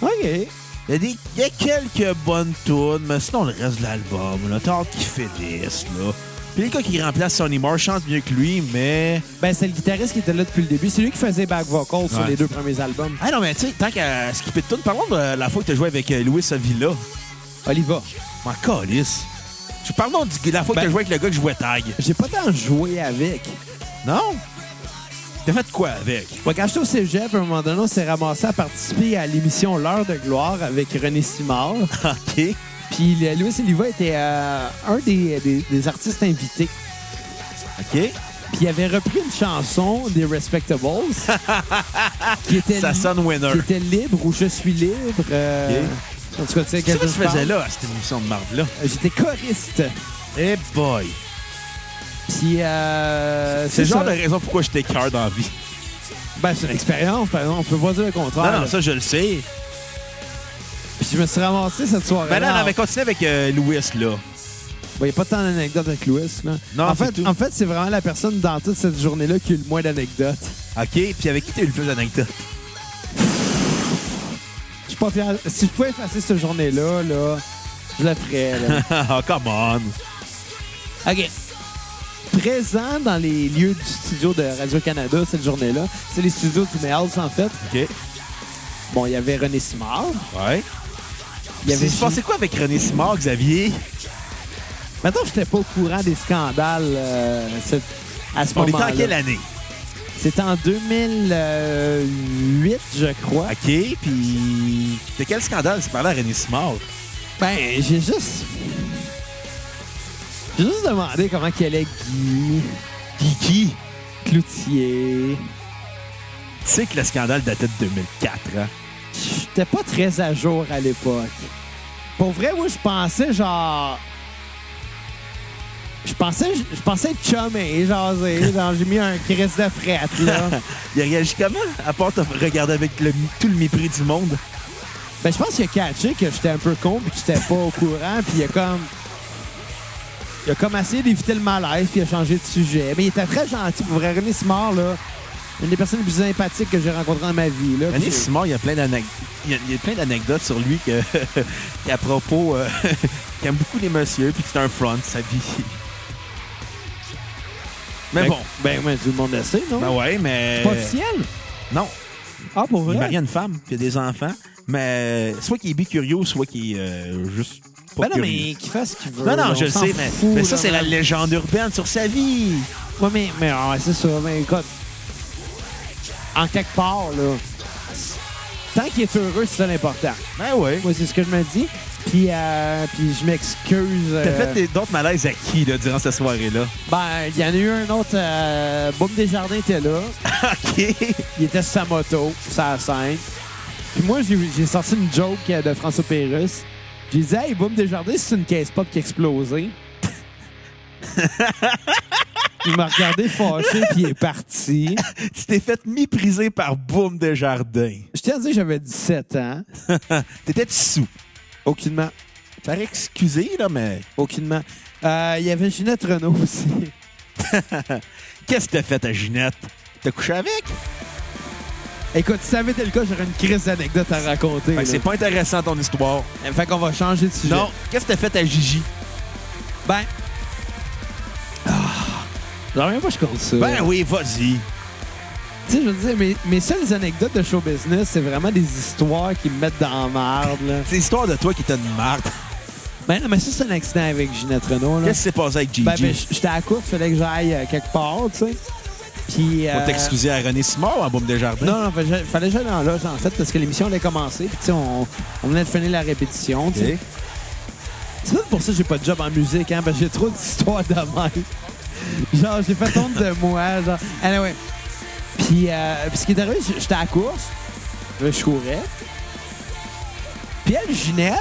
[SPEAKER 1] OK.
[SPEAKER 2] Il y, a des- il y a quelques bonnes tunes, mais sinon le reste de l'album, là, t'as hâte qu'il finisse, là. Puis les gars qui remplacent Sonny Moore chantent mieux que lui, mais...
[SPEAKER 1] Ben, c'est le guitariste qui était là depuis le début. C'est lui qui faisait back vocal sur
[SPEAKER 2] Ouais.
[SPEAKER 1] les deux premiers albums.
[SPEAKER 2] Ah non, mais tu sais, tant qu'à skipper de tune, parlons de la fois que t'as joué avec euh, Louis Avila.
[SPEAKER 1] Oliva.
[SPEAKER 2] M'en calisse. Je parlons de la fois que
[SPEAKER 1] Ben-
[SPEAKER 2] t'as joué avec le gars que je jouais tag.
[SPEAKER 1] J'ai pas tant joué avec.
[SPEAKER 2] Non? T'as fait quoi avec?
[SPEAKER 1] Ouais, quand j'étais au cégep, à un moment donné, on s'est ramassé à participer à l'émission L'heure de gloire avec René Simard.
[SPEAKER 2] OK.
[SPEAKER 1] puis le- Louis Oliva était euh, un des- des- des artistes invités.
[SPEAKER 2] OK.
[SPEAKER 1] Puis il avait repris une chanson des Respectables qui, était
[SPEAKER 2] Ça
[SPEAKER 1] li-
[SPEAKER 2] sonne winner.
[SPEAKER 1] qui était libre ou Je suis libre. euh, En tout cas, tu sais, quelque
[SPEAKER 2] Qu'est-ce que tu
[SPEAKER 1] chose par-
[SPEAKER 2] faisais là, à cette émission de marde-là?
[SPEAKER 1] J'étais choriste.
[SPEAKER 2] Eh boy!
[SPEAKER 1] Puis, euh,
[SPEAKER 2] C'est le genre
[SPEAKER 1] ça.
[SPEAKER 2] de raison pourquoi je t'écœure dans la vie.
[SPEAKER 1] Ben, c'est une expérience, par exemple. On peut pas dire le contraire.
[SPEAKER 2] non, non, ça, je le sais.
[SPEAKER 1] Puis je me suis ramassé cette soirée.
[SPEAKER 2] Ben là, on avait continué avec euh, Louis, là.
[SPEAKER 1] Il n'y a pas tant d'anecdotes avec Louis. Là.
[SPEAKER 2] Non,
[SPEAKER 1] en
[SPEAKER 2] c'est
[SPEAKER 1] fait,
[SPEAKER 2] tout.
[SPEAKER 1] en fait c'est vraiment la personne dans toute cette journée-là qui a eu le moins d'anecdotes.
[SPEAKER 2] OK, puis avec qui t'as eu le plus d'anecdotes?
[SPEAKER 1] Je suis pas fier. Si je pouvais effacer cette journée-là, là, je la ferais. là.
[SPEAKER 2] oh, come on!
[SPEAKER 1] OK. Présent dans les lieux du studio de Radio-Canada cette journée-là, c'est les studios du House, en fait.
[SPEAKER 2] OK.
[SPEAKER 1] Bon, il y avait René Simard.
[SPEAKER 2] Ouais.
[SPEAKER 1] Il y avait
[SPEAKER 2] Il se passait quoi avec René Simard, Xavier?
[SPEAKER 1] Maintenant, je n'étais pas au courant des scandales euh, cette- à ce
[SPEAKER 2] On était en
[SPEAKER 1] moment-là.
[SPEAKER 2] quelle année?
[SPEAKER 1] C'était en 2008, je crois.
[SPEAKER 2] OK, puis de quel scandale tu parlais à René Simard?
[SPEAKER 1] Ben, j'ai juste... J'ai juste demandé comment qu'il allait Guy,
[SPEAKER 2] Kiki.
[SPEAKER 1] Cloutier...
[SPEAKER 2] Tu sais que le scandale datait de 2004, hein?
[SPEAKER 1] J'étais pas très à jour à l'époque. Pour vrai, moi, je pensais genre. Je pensais, je pensais être chumé, jaser. Genre, j'ai mis un crise de fret, là.
[SPEAKER 2] Il a réagi comment? À part te regarder avec le- tout le mépris du monde.
[SPEAKER 1] ben, je pense qu'il a catché que j'étais un peu con puis que j'étais pas au courant. Puis il a comme. Il a comme essayé d'éviter le malaise puis il a changé de sujet. Mais il était très gentil. Pour vrai, René Simard, là, une des personnes les plus sympathiques que j'ai rencontrées dans ma vie, là.
[SPEAKER 2] René
[SPEAKER 1] Puis-
[SPEAKER 2] Simard, il y a plein d'anec- il y a- il y a plein d'anecdotes sur lui que, à propos, euh, qu'il aime beaucoup les messieurs puis que c'est un front, sa vie. Mais
[SPEAKER 1] Ben-
[SPEAKER 2] bon.
[SPEAKER 1] Ben, ouais, tout le monde le sait, non?
[SPEAKER 2] Ben ouais, mais.
[SPEAKER 1] Pas officiel?
[SPEAKER 2] Non.
[SPEAKER 1] Ah, pour
[SPEAKER 2] Il
[SPEAKER 1] vrai?
[SPEAKER 2] est marié à une femme, puis il a des enfants. Mais soit qu'il est bicurieux, soit qu'il est euh, juste pas
[SPEAKER 1] Ben non,
[SPEAKER 2] curieux.
[SPEAKER 1] mais qu'il fasse ce qu'il veut.
[SPEAKER 2] Non, non,
[SPEAKER 1] là,
[SPEAKER 2] je
[SPEAKER 1] on
[SPEAKER 2] le
[SPEAKER 1] s'en
[SPEAKER 2] sais, mais,
[SPEAKER 1] fout,
[SPEAKER 2] mais ça,
[SPEAKER 1] là,
[SPEAKER 2] c'est la
[SPEAKER 1] man.
[SPEAKER 2] légende urbaine sur sa vie.
[SPEAKER 1] Ouais, mais, mais ah, ouais, c'est ça. Mais écoute, en quelque part, là, tant qu'il est heureux, c'est ça l'important.
[SPEAKER 2] Ben oui.
[SPEAKER 1] Moi, c'est ce que je me dis. Puis, euh, puis je m'excuse.
[SPEAKER 2] T'as
[SPEAKER 1] euh,
[SPEAKER 2] fait des- d'autres malaises à qui, là, durant cette soirée-là?
[SPEAKER 1] Ben, il y en a eu un autre. Euh, Boum Desjardins était là.
[SPEAKER 2] OK.
[SPEAKER 1] Il était sur sa moto, sa scène. Puis moi, j'ai j'ai sorti une joke euh, de François Pérus. J'ai dit, hey, Boum Desjardins, c'est une caisse pop qui a explosé. il m'a regardé fâché, puis il est parti.
[SPEAKER 2] tu t'es fait mépriser par Boum Desjardins.
[SPEAKER 1] Je tiens à dire que j'avais 17 ans.
[SPEAKER 2] T'étais sous.
[SPEAKER 1] Aucunement.
[SPEAKER 2] T'as excusé, là, mais
[SPEAKER 1] Aucunement. Euh, Il y avait Ginette Renault aussi.
[SPEAKER 2] qu'est-ce que t'as fait à Ginette? T'as couché avec?
[SPEAKER 1] Écoute, si ça avait été le cas, j'aurais une crise d'anecdote à raconter.
[SPEAKER 2] Fait
[SPEAKER 1] là.
[SPEAKER 2] que Ben, c'est pas intéressant, ton histoire.
[SPEAKER 1] Euh, Fait qu'on va changer de sujet.
[SPEAKER 2] Non. Qu'est-ce que t'as fait à Gigi?
[SPEAKER 1] Ben. Ah. même pas je compte ça.
[SPEAKER 2] Ben oui, vas-y.
[SPEAKER 1] Tu sais, je veux dire, mes, mes seules anecdotes de show business, c'est vraiment des histoires qui me mettent dans la marde, là.
[SPEAKER 2] C'est l'histoire de toi qui était une marde.
[SPEAKER 1] Ben non, mais ça, c'est un accident avec Ginette Renault, là.
[SPEAKER 2] Qu'est-ce qui s'est passé avec Gigi?
[SPEAKER 1] Ben, ben, j- j'étais à la course, fallait que j'aille euh, quelque part, tu sais. Puis.
[SPEAKER 2] On
[SPEAKER 1] euh,
[SPEAKER 2] t'excuser à René Simard ou à Boum Desjardins?
[SPEAKER 1] Non, non, fallait fallait que j'aille dans la loge, en fait, parce que l'émission allait commencer, puis tu sais, on, on venait de finir la répétition, tu sais.
[SPEAKER 2] OK.
[SPEAKER 1] C'est peut-être pour ça que j'ai pas de job en musique, hein, parce que j'ai trop d'histoires de même. genre, j'ai fait honte de moi, genre. Anyway. Puis, euh, puis ce qui est arrivé, j'étais à la course, Euh, je courais. Puis elle, Ginette,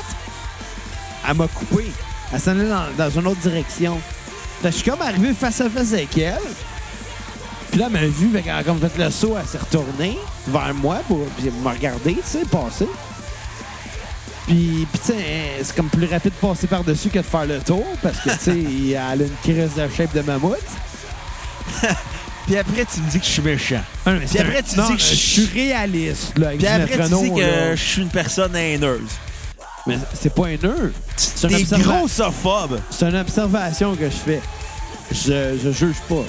[SPEAKER 1] elle m'a coupé. Elle s'en allait dans, dans une autre direction. Fait que je suis comme arrivé face à face avec elle. Puis là, elle m'a vu, fait qu'elle a comme fait le saut, elle s'est retournée vers moi pour puis elle m'a regardé, tu sais, passer. Puis, puis tu sais, hein, c'est comme plus rapide de passer par-dessus que de faire le tour parce que, tu sais, elle a une crise de shape de mammouth.
[SPEAKER 2] Puis après, tu me dis que je suis méchant.
[SPEAKER 1] Puis
[SPEAKER 2] après, tu dis que
[SPEAKER 1] je
[SPEAKER 2] je-
[SPEAKER 1] suis réaliste, là, avec
[SPEAKER 2] euh, Puis
[SPEAKER 1] Ginette
[SPEAKER 2] après, tu dis
[SPEAKER 1] Renault, là.
[SPEAKER 2] que je suis une personne haineuse.
[SPEAKER 1] Mais c'est pas haineux. C'est
[SPEAKER 2] T'es
[SPEAKER 1] une, observa-
[SPEAKER 2] grossophobe.
[SPEAKER 1] c'est une observation que je fais. Je, je juge pas.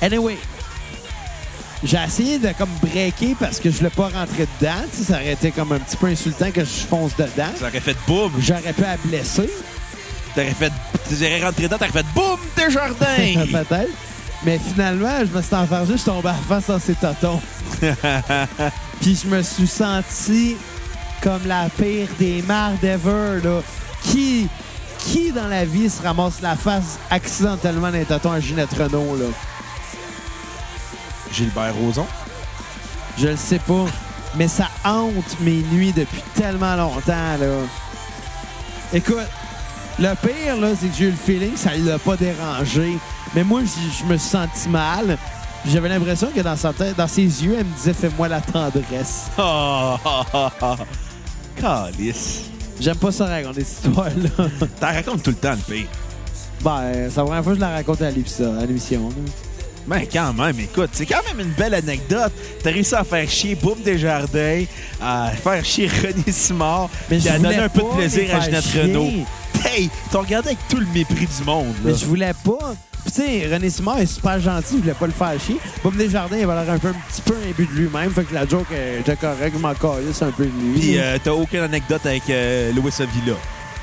[SPEAKER 1] Anyway, j'ai essayé de comme breaker parce que je voulais pas rentrer dedans. Tu sais, ça aurait été comme un petit peu insultant que je fonce dedans.
[SPEAKER 2] Ça aurait fait boum.
[SPEAKER 1] J'aurais pu la blesser,
[SPEAKER 2] T'aurais fait. T'aurais rentré dedans, t'aurais fait boum Desjardins.
[SPEAKER 1] peut-être. Mais finalement, je me suis enfargé, je suis tombé à la face dans ses totons. Puis je me suis senti comme la pire des mardes ever, là. Qui, qui dans la vie se ramasse la face accidentellement d'un taton à Ginette Renault, là?
[SPEAKER 2] Gilbert Rozon.
[SPEAKER 1] Je le sais pas, mais ça hante mes nuits depuis tellement longtemps, là. Écoute, le pire, là, c'est que j'ai eu le feeling que ça l'a pas dérangé. Mais moi, j- je me suis senti mal. J'avais l'impression que dans, sa tête, dans ses yeux, elle me disait « Fais-moi la tendresse ».
[SPEAKER 2] Oh, oh, oh, oh. Calice.
[SPEAKER 1] J'aime pas ça raconter cette histoire-là.
[SPEAKER 2] T'en racontes tout le temps, le pire.
[SPEAKER 1] Ben, c'est la première fois que je la raconte à l'épisode- à l'émission. là.
[SPEAKER 2] Ben, quand même, écoute, c'est quand même une belle anecdote. T'as réussi à faire chier Boub Desjardins, à faire chier René Simard,
[SPEAKER 1] Mais je
[SPEAKER 2] puis à donner
[SPEAKER 1] voulais
[SPEAKER 2] un peu de
[SPEAKER 1] pas les
[SPEAKER 2] plaisir à
[SPEAKER 1] faire
[SPEAKER 2] Ginette
[SPEAKER 1] chier.
[SPEAKER 2] Renault. Hey, t'as regardé avec tout le mépris du monde, là.
[SPEAKER 1] Mais je voulais pas. Puis, tu sais, René Simard est super gentil, je voulais pas le faire chier. Bob Desjardins, il va l'air un peu un petit peu imbu de lui-même, fait que la joke euh, était correcte, je m'en calisse un peu de lui.
[SPEAKER 2] Puis euh, t'as aucune anecdote avec euh, Louis Avila.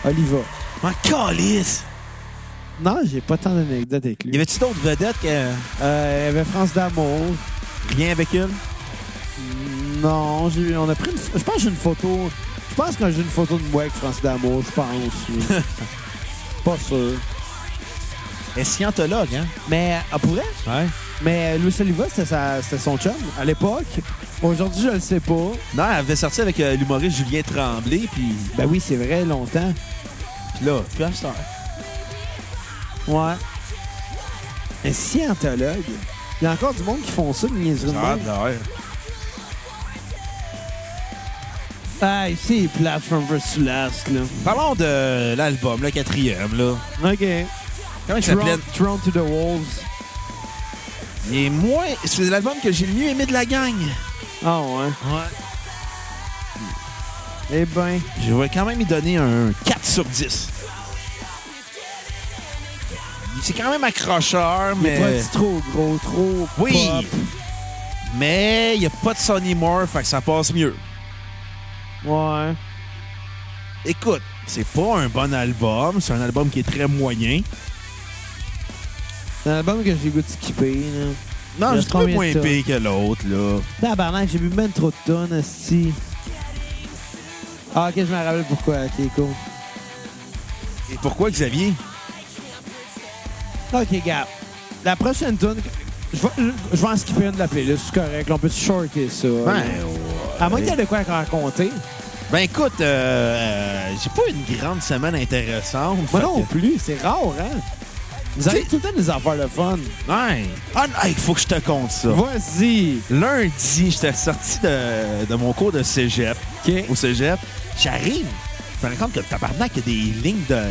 [SPEAKER 1] Oliva.
[SPEAKER 2] En Ah, calice!
[SPEAKER 1] Non, j'ai pas tant d'anecdotes avec
[SPEAKER 2] Y
[SPEAKER 1] lui.
[SPEAKER 2] avait-tu d'autres vedettes que...
[SPEAKER 1] Euh, il y avait France d'amour.
[SPEAKER 2] Rien avec elle?
[SPEAKER 1] Non, j'ai- on a pris une... Je pense que j'ai une photo... Je pense que j'ai une photo de moi avec France d'amour, je pense. là. pas sûr.
[SPEAKER 2] Elle est scientologue, hein?
[SPEAKER 1] Mais, à pour vrai,
[SPEAKER 2] Ouais.
[SPEAKER 1] Mais euh, Louis Oliva, c'était sa- c'était son chum à l'époque. Aujourd'hui, je le sais pas.
[SPEAKER 2] Non, elle avait sorti avec euh, l'humoriste Julien Tremblay, puis
[SPEAKER 1] Ben oui, c'est vrai, longtemps.
[SPEAKER 2] puis là, puis à cette heure.
[SPEAKER 1] Ouais. Un scientologue. Il y a encore du monde qui font ça, de niaiseries de
[SPEAKER 2] Ça a
[SPEAKER 1] même.
[SPEAKER 2] l'air.
[SPEAKER 1] Ah, ici, il plate from versus last, là.
[SPEAKER 2] Parlons de l'album, le quatrième, là.
[SPEAKER 1] OK.
[SPEAKER 2] Comment il s'appelait?
[SPEAKER 1] Thrown, Thrown to the Wolves.
[SPEAKER 2] Et moi, c'est l'album que j'ai le mieux aimé de la gang.
[SPEAKER 1] Ah, ouais.
[SPEAKER 2] Ouais.
[SPEAKER 1] Eh ben.
[SPEAKER 2] Je vais quand même y donner un 4 sur 10. C'est quand même accrocheur,
[SPEAKER 1] Il est
[SPEAKER 2] mais...
[SPEAKER 1] pas trop gros, trop
[SPEAKER 2] Oui.
[SPEAKER 1] pop.
[SPEAKER 2] Mais il n'y a pas de Sonny Moore, fait que ça passe mieux.
[SPEAKER 1] Ouais.
[SPEAKER 2] Écoute, c'est pas un bon album. C'est un album qui est très moyen.
[SPEAKER 1] C'est un album que j'ai le goût de skipper, là. Il y
[SPEAKER 2] Non,
[SPEAKER 1] a
[SPEAKER 2] je trouve
[SPEAKER 1] combien de
[SPEAKER 2] moins
[SPEAKER 1] tonnes?
[SPEAKER 2] pire que l'autre, là.
[SPEAKER 1] Tabarnak, j'ai bu même trop de tonnes, esti. Ah, OK, je me rappelle pourquoi. OK, cool.
[SPEAKER 2] Et pourquoi, Xavier?
[SPEAKER 1] Ok, gars. La prochaine tune, je vais, je- je vais en skipper une de la playlist, c'est correct. On peut shorter ça.
[SPEAKER 2] Ben,
[SPEAKER 1] à moins qu'il y ait de quoi raconter.
[SPEAKER 2] ben écoute, euh, j'ai pas une grande semaine intéressante.
[SPEAKER 1] Moi
[SPEAKER 2] fait
[SPEAKER 1] non
[SPEAKER 2] que-
[SPEAKER 1] plus, c'est rare, hein? Vous avez
[SPEAKER 2] T'sais-
[SPEAKER 1] tout le temps des affaires de fun.
[SPEAKER 2] Ouais. Ah, non, hey, faut que je te compte ça.
[SPEAKER 1] Vas-y.
[SPEAKER 2] Lundi, j'étais sorti de, de mon cours de cégep.
[SPEAKER 1] OK.
[SPEAKER 2] Au cégep, j'arrive. Je me rends compte que le tabarnak, il y a des lignes de.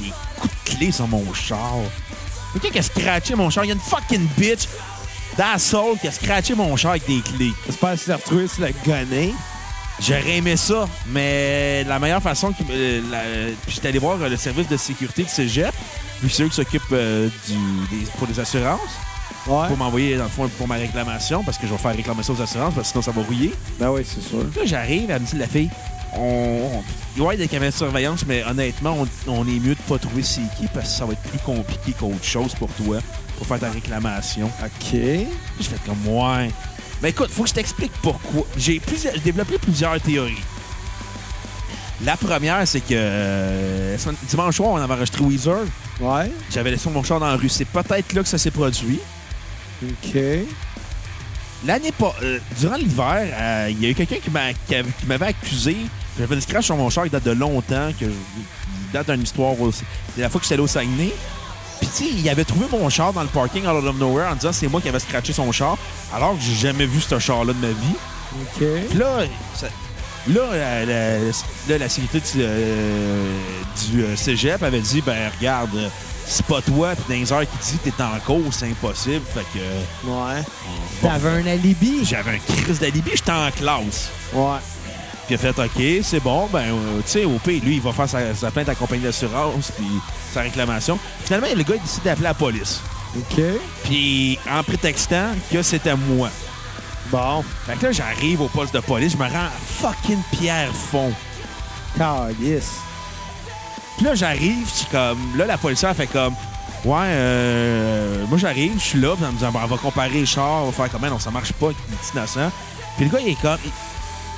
[SPEAKER 2] des coups de clé sur mon char. Quelqu'un qui a scratché mon char. Il y a une fucking bitch d'assaut qui a scratché mon char avec des clés.
[SPEAKER 1] J'espère que tu l'as retrouvé sur le gonnet.
[SPEAKER 2] J'aurais aimé ça, mais la meilleure façon que. euh, la- puis J'étais allé voir euh, le service de sécurité du cégep, puis c'est eux qui s'occupent euh, du- des- pour les assurances,
[SPEAKER 1] Ouais.
[SPEAKER 2] pour m'envoyer, dans le fond, pour ma réclamation, parce que je vais faire réclamer ça aux assurances, parce que sinon ça va rouiller.
[SPEAKER 1] Ben oui, c'est sûr.
[SPEAKER 2] Puis Là, j'arrive, elle me dit, la fille, on, on, ouais, des caméras de surveillance, mais honnêtement, on, on est mieux de pas trouver c'est qui parce que ça va être plus compliqué qu'autre chose pour toi, pour faire ta réclamation.
[SPEAKER 1] OK.
[SPEAKER 2] Puis Je fais comme, ouais. Mais écoute, faut que je t'explique pourquoi. J'ai plusieurs- j'ai développé plusieurs théories. La première, c'est que euh, la semaine- dimanche soir, on avait enregistré Weezer.
[SPEAKER 1] Ouais.
[SPEAKER 2] J'avais laissé mon char dans la rue. C'est peut-être là que ça s'est produit.
[SPEAKER 1] OK.
[SPEAKER 2] L'année pas. euh, durant l'hiver, euh, il y a eu quelqu'un qui m'a- qui av- qui m'avait accusé. J'avais le scratch sur mon char qui date de longtemps, que je- il date d'une histoire aussi. C'est la fois que j'étais allé au Saguenay. Puis, tu sais, il avait trouvé mon char dans le parking out of nowhere en disant c'est moi qui avais scratché son char, alors que j'ai jamais vu ce char-là de ma vie.
[SPEAKER 1] OK.
[SPEAKER 2] Puis là, ça- là, la, la- là, la sécurité du, euh, du, euh, cégep avait dit ben regarde, euh, c'est pas toi, puis dans les heures qui dit t'es en cause, c'est impossible. Fait que euh,
[SPEAKER 1] Ouais. T'avais un alibi.
[SPEAKER 2] j'avais un crise d'alibi, j'étais en classe.
[SPEAKER 1] Ouais.
[SPEAKER 2] Puis il a fait OK, c'est bon, ben, euh, tu sais, au pire, lui, il va faire sa, sa plainte à la compagnie d'assurance, puis sa réclamation. Finalement, le gars, il décide d'appeler la police.
[SPEAKER 1] OK.
[SPEAKER 2] Puis en prétextant que c'était moi.
[SPEAKER 1] Bon.
[SPEAKER 2] Fait que là, j'arrive au poste de police, je me rends à fucking Pierrefonds.
[SPEAKER 1] Calice.
[SPEAKER 2] Puis là, j'arrive, c'est comme. Là, la policière fait comme. Ouais, euh, moi j'arrive, je suis là, puis elle me dit, Bon, on va comparer les chars, on va faire comment, non, ça marche pas, il est petit innocent. Puis le gars, il est comme. Il,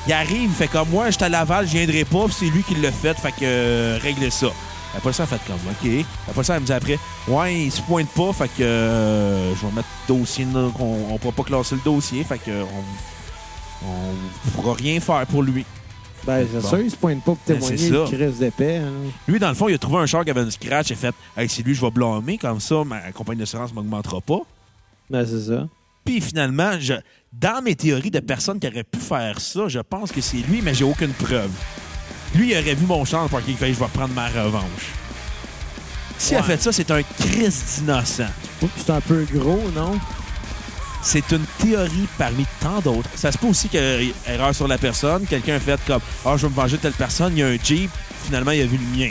[SPEAKER 2] il arrive, il fait comme moi, j'étais à Laval, je viendrai pas, puis c'est lui qui l'a fait, fait que euh, réglez ça. La policière a fait comme, OK. La policière, elle me dit après, ouais, il se pointe pas, fait que euh, je vais mettre le dossier, non, on, on pourra pas classer le dossier, fait que euh, on, on pourra rien faire pour lui.
[SPEAKER 1] Ben, c'est
[SPEAKER 2] Bon.
[SPEAKER 1] sûr, il se pointe pas pour
[SPEAKER 2] Ben, c'est
[SPEAKER 1] témoigner
[SPEAKER 2] ça.
[SPEAKER 1] de crise d'épais. hein.
[SPEAKER 2] Lui, dans le fond, il a trouvé un char qui avait une scratch et fait Hey, c'est lui, je vais blâmer, comme ça, ma compagnie d'assurance m'augmentera pas.
[SPEAKER 1] Ben, c'est ça.
[SPEAKER 2] Puis finalement, je, dans mes théories de personnes qui auraient pu faire ça, je pense que c'est lui, mais j'ai aucune preuve. Lui, il aurait vu mon char dans le parking, il fait Je vais prendre ma revanche. Si elle a fait ça, c'est un Christ d'innocent.
[SPEAKER 1] Oups, C'est un peu gros, non?
[SPEAKER 2] C'est une théorie parmi tant d'autres. Ça se peut aussi qu'il y ait erreur sur la personne. Quelqu'un a fait comme Ah, je veux me venger de telle personne, il y a un Jeep. Finalement, il a vu le mien.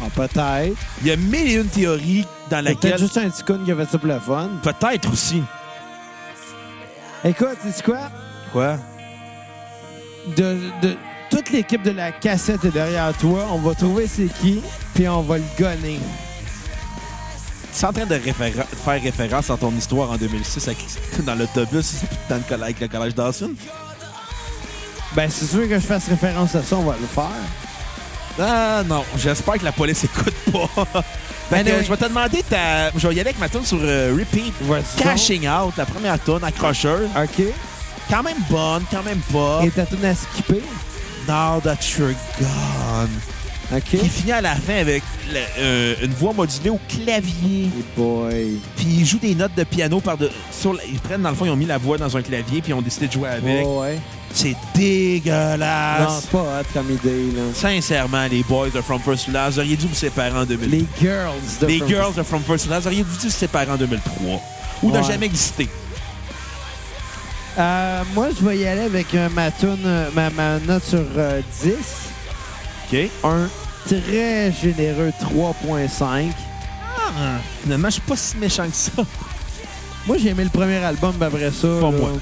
[SPEAKER 1] Ah, peut-être.
[SPEAKER 2] Il y a mille et une théories dans
[SPEAKER 1] C'est Peut-être
[SPEAKER 2] laquelle.
[SPEAKER 1] juste un petit con qui avait ça pour le fun.
[SPEAKER 2] Peut-être aussi.
[SPEAKER 1] Écoute, c'est quoi?
[SPEAKER 2] Quoi?
[SPEAKER 1] De, de- toute l'équipe de la cassette est derrière toi. On va trouver c'est qui, puis on va le gonner.
[SPEAKER 2] Tu es en train de référen- faire référence à ton histoire en 2006 avec- dans l'autobus dans le collège, avec le collège Dawson?
[SPEAKER 1] Ben, c'est sûr que je fasse référence à ça, on va le faire.
[SPEAKER 2] Ah non, j'espère que la police écoute pas. Fait que,
[SPEAKER 1] Anyway.
[SPEAKER 2] Je vais te demander ta. Je vais y aller avec ma tune sur euh, Repeat.
[SPEAKER 1] Voici
[SPEAKER 2] Cashing Out, la première tune, accrocheuse.
[SPEAKER 1] donc. OK.
[SPEAKER 2] Quand même bonne, quand même pas.
[SPEAKER 1] Et t'as tout à skipper.
[SPEAKER 2] Now that you're gone.
[SPEAKER 1] OK.
[SPEAKER 2] Qui finit à la fin avec le- euh, une voix modulée au clavier.
[SPEAKER 1] Hey boy.
[SPEAKER 2] Puis ils jouent des notes de piano par de. Sur la- Ils prennent, dans le fond, ils ont mis la voix dans un clavier puis ils ont décidé de jouer avec.
[SPEAKER 1] Ouais, Oh, ouais.
[SPEAKER 2] C'est
[SPEAKER 1] Non,
[SPEAKER 2] dégueulasse.
[SPEAKER 1] c'est pas hot comme idée, là.
[SPEAKER 2] Sincèrement, les boys de From First to Last, vous auriez dû vous séparer en 2000.
[SPEAKER 1] Les girls de
[SPEAKER 2] Les
[SPEAKER 1] From-
[SPEAKER 2] girls de From First to Last, vous auriez dû vous séparer en 2003. Ou ne
[SPEAKER 1] Ouais.
[SPEAKER 2] jamais exister.
[SPEAKER 1] Euh, moi, je vais y aller avec euh, ma, toune, euh, ma, ma note sur euh, 10.
[SPEAKER 2] OK?
[SPEAKER 1] Un très généreux 3.5.
[SPEAKER 2] Ah, Finalement, je suis pas si méchant que ça.
[SPEAKER 1] Moi, j'ai aimé le premier album, mais après ça...
[SPEAKER 2] Pas
[SPEAKER 1] là,
[SPEAKER 2] moi.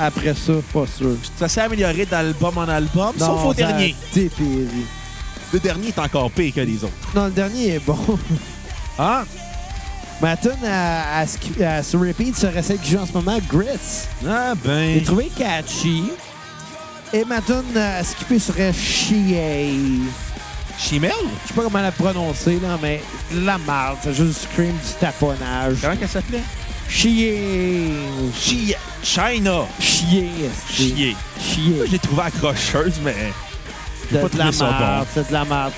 [SPEAKER 1] Après ça, pas sûr.
[SPEAKER 2] Ça s'est amélioré d'album en album,
[SPEAKER 1] Non,
[SPEAKER 2] sauf au
[SPEAKER 1] ça a
[SPEAKER 2] dernier.
[SPEAKER 1] dépéri.
[SPEAKER 2] Le dernier est encore pire que les autres.
[SPEAKER 1] Non, le dernier est bon.
[SPEAKER 2] Ah?
[SPEAKER 1] Ma tune à, à sk- à se repeat serait celle que j'ai en ce moment, Grits.
[SPEAKER 2] Ah
[SPEAKER 1] J'ai
[SPEAKER 2] ben.
[SPEAKER 1] trouvé catchy. Et ma tune euh, à skipper serait Chier.
[SPEAKER 2] Chimel?
[SPEAKER 1] Je sais pas comment la prononcer, là, mais la marde. C'est juste scream du taponnage.
[SPEAKER 2] Comment qu'elle s'appelait?
[SPEAKER 1] Chier.
[SPEAKER 2] Chia. China.
[SPEAKER 1] Chier. esti.
[SPEAKER 2] Chier.
[SPEAKER 1] Chier.
[SPEAKER 2] Moi, je l'ai trouvé accrocheuse, mais.
[SPEAKER 1] C'est
[SPEAKER 2] pas
[SPEAKER 1] de la
[SPEAKER 2] trouvé ça
[SPEAKER 1] merde.
[SPEAKER 2] bon.
[SPEAKER 1] C'est de la merde.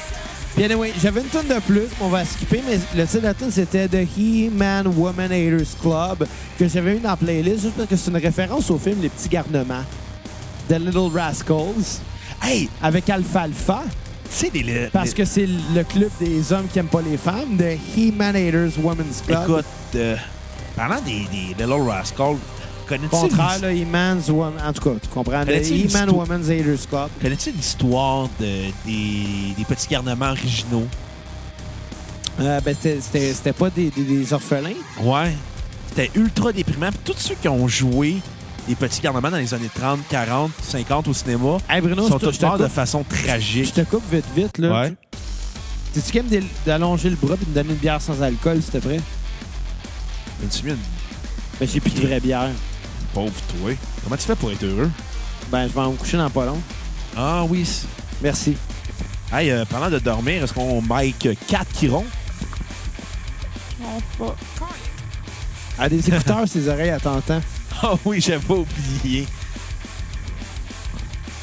[SPEAKER 1] Puis anyway, j'avais une tonne de plus, mais on va skipper, mais le titre de la tune c'était The He-Man Woman Haters Club, que j'avais eu dans la playlist juste parce que c'est une référence au film Les Petits Garnements, The Little Rascals,
[SPEAKER 2] Hey,
[SPEAKER 1] avec Alfalfa,
[SPEAKER 2] tu sais, des. les-
[SPEAKER 1] parce que c'est le club des hommes qui aiment pas les femmes, The He-Man Haters Women's Club.
[SPEAKER 2] Écoute, euh, parlant des, des Little Rascals, connais-tu
[SPEAKER 1] contraire,
[SPEAKER 2] l'his-
[SPEAKER 1] là, He-Man's Woman. En tout cas, tu comprends. Le
[SPEAKER 2] Connais-tu une
[SPEAKER 1] He-Man
[SPEAKER 2] histo-
[SPEAKER 1] Woman's Haters Club.
[SPEAKER 2] connais-tu l'histoire de- des, des petits garnements originaux?
[SPEAKER 1] Euh, ben, c'était- c'était c'était pas des, des- des orphelins.
[SPEAKER 2] Ouais. C'était ultra déprimant. Puis tous ceux qui ont joué des petits garnements dans les années 30, 40, 50 au cinéma
[SPEAKER 1] Hey Bruno, je
[SPEAKER 2] sont
[SPEAKER 1] te-
[SPEAKER 2] tous
[SPEAKER 1] je te
[SPEAKER 2] morts de
[SPEAKER 1] coupe.
[SPEAKER 2] façon
[SPEAKER 1] Je
[SPEAKER 2] tragique.
[SPEAKER 1] te coupe vite, vite, là.
[SPEAKER 2] Ouais.
[SPEAKER 1] Tu- T'es-tu capable d'é- d'allonger le bras et de me donner une bière sans alcool, s'il te plaît?
[SPEAKER 2] Mais tu mets
[SPEAKER 1] Ben, j'ai plus de vraie bière.
[SPEAKER 2] une pauvre toi. Comment tu fais pour être heureux?
[SPEAKER 1] Ben, je vais me coucher dans pas long.
[SPEAKER 2] Ah oui. c'est-
[SPEAKER 1] Merci.
[SPEAKER 2] Hey, euh, parlant de dormir, est-ce qu'on mic 4 qui rond?
[SPEAKER 1] À des écouteurs, ses oreilles, à t'entends.
[SPEAKER 2] Ah oui, j'avais oublié.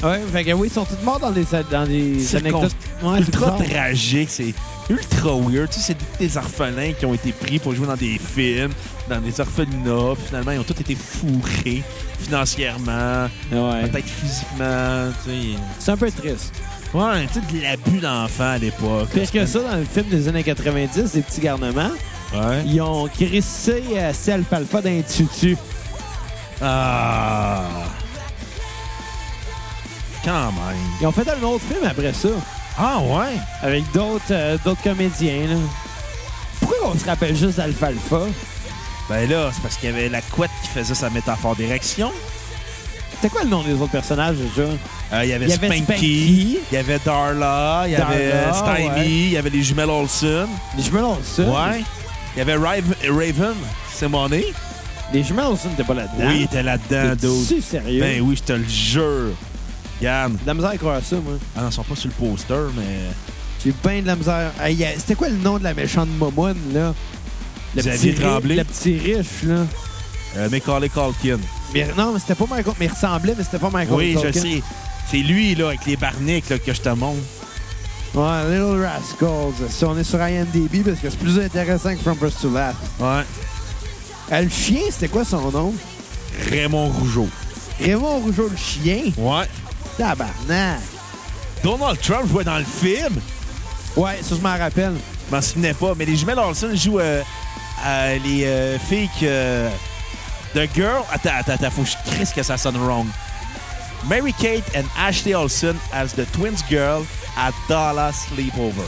[SPEAKER 1] Ouais, fait que oui, ils sont tous morts dans des, dans des
[SPEAKER 2] Circon-
[SPEAKER 1] anecdotes. Ouais, c'est
[SPEAKER 2] Ultra
[SPEAKER 1] bizarre.
[SPEAKER 2] tragique, c'est ultra weird. Tu sais, c'est des orphelins qui ont été pris pour jouer dans des films, dans des orphelinats. Puis Finalement, ils ont tous été fourrés financièrement,
[SPEAKER 1] Ouais.
[SPEAKER 2] peut-être physiquement. tu sais.
[SPEAKER 1] C'est un peu triste.
[SPEAKER 2] Ouais, tu sais, de l'abus d'enfant à l'époque.
[SPEAKER 1] Pire que ça, dans le film des années 90, des petits garnements,
[SPEAKER 2] Ouais.
[SPEAKER 1] ils ont crissé euh, c'est Alfalfa d'un tutu.
[SPEAKER 2] Ah. Quand même.
[SPEAKER 1] Ils ont fait un autre film après ça,
[SPEAKER 2] Ah ouais?
[SPEAKER 1] avec d'autres euh, d'autres comédiens. Là. Pourquoi on se rappelle juste d'Alfalfa?
[SPEAKER 2] Ben là, c'est parce qu'il y avait la couette qui faisait sa métaphore d'érection.
[SPEAKER 1] C'était quoi le nom des autres personnages déjà?
[SPEAKER 2] Euh, il y avait
[SPEAKER 1] Il y avait
[SPEAKER 2] Spanky,
[SPEAKER 1] Spanky.
[SPEAKER 2] il y avait Darla, il y
[SPEAKER 1] Darla,
[SPEAKER 2] avait Stymie,
[SPEAKER 1] ouais.
[SPEAKER 2] il y avait les jumelles Olsen.
[SPEAKER 1] Les jumelles Olsen.
[SPEAKER 2] Ouais. Il y avait Rive- Raven, c'est mon nez.
[SPEAKER 1] Les jumelles Olsen n'étaient pas là-dedans.
[SPEAKER 2] Oui, il était là-dedans, dude.
[SPEAKER 1] C'est Hein? sérieux.
[SPEAKER 2] Ben oui, je te le jure. Regarde.
[SPEAKER 1] De la misère à croire ça, moi.
[SPEAKER 2] Ah non, ils sont pas sur le poster, mais.
[SPEAKER 1] J'ai bien de la misère. Hey, y a- C'était quoi le nom de la méchante Momoune, là? Le
[SPEAKER 2] Xavier
[SPEAKER 1] ri-
[SPEAKER 2] Tremblay.
[SPEAKER 1] Le petit riche, là.
[SPEAKER 2] Euh, Macaulay Culkin.
[SPEAKER 1] Mais, non, mais c'était pas Michael. Mais il ressemblait, mais c'était pas Michael.
[SPEAKER 2] Oui, je
[SPEAKER 1] Culkin.
[SPEAKER 2] sais. C'est lui, là, avec les barniques là, que je te montre.
[SPEAKER 1] Ouais, Little Rascals. Si on est sur IMDb, parce que c'est plus intéressant que From First to Last.
[SPEAKER 2] Ouais.
[SPEAKER 1] Euh, le chien, c'était quoi son nom?
[SPEAKER 2] Raymond Rougeau.
[SPEAKER 1] Raymond Rougeau, le chien.
[SPEAKER 2] Ouais.
[SPEAKER 1] Tabarnak.
[SPEAKER 2] Donald Trump jouait dans le film.
[SPEAKER 1] Ouais, ça, je m'en rappelle.
[SPEAKER 2] m'en souvenais pas. Mais les jumelles Olsen jouent euh, à les euh, filles que. euh, The Girl. Attends, attends, attends, faut que je crisse que ça sonne wrong. Mary Kate and Ashley Olsen as the twins girl at Dallas Sleepover.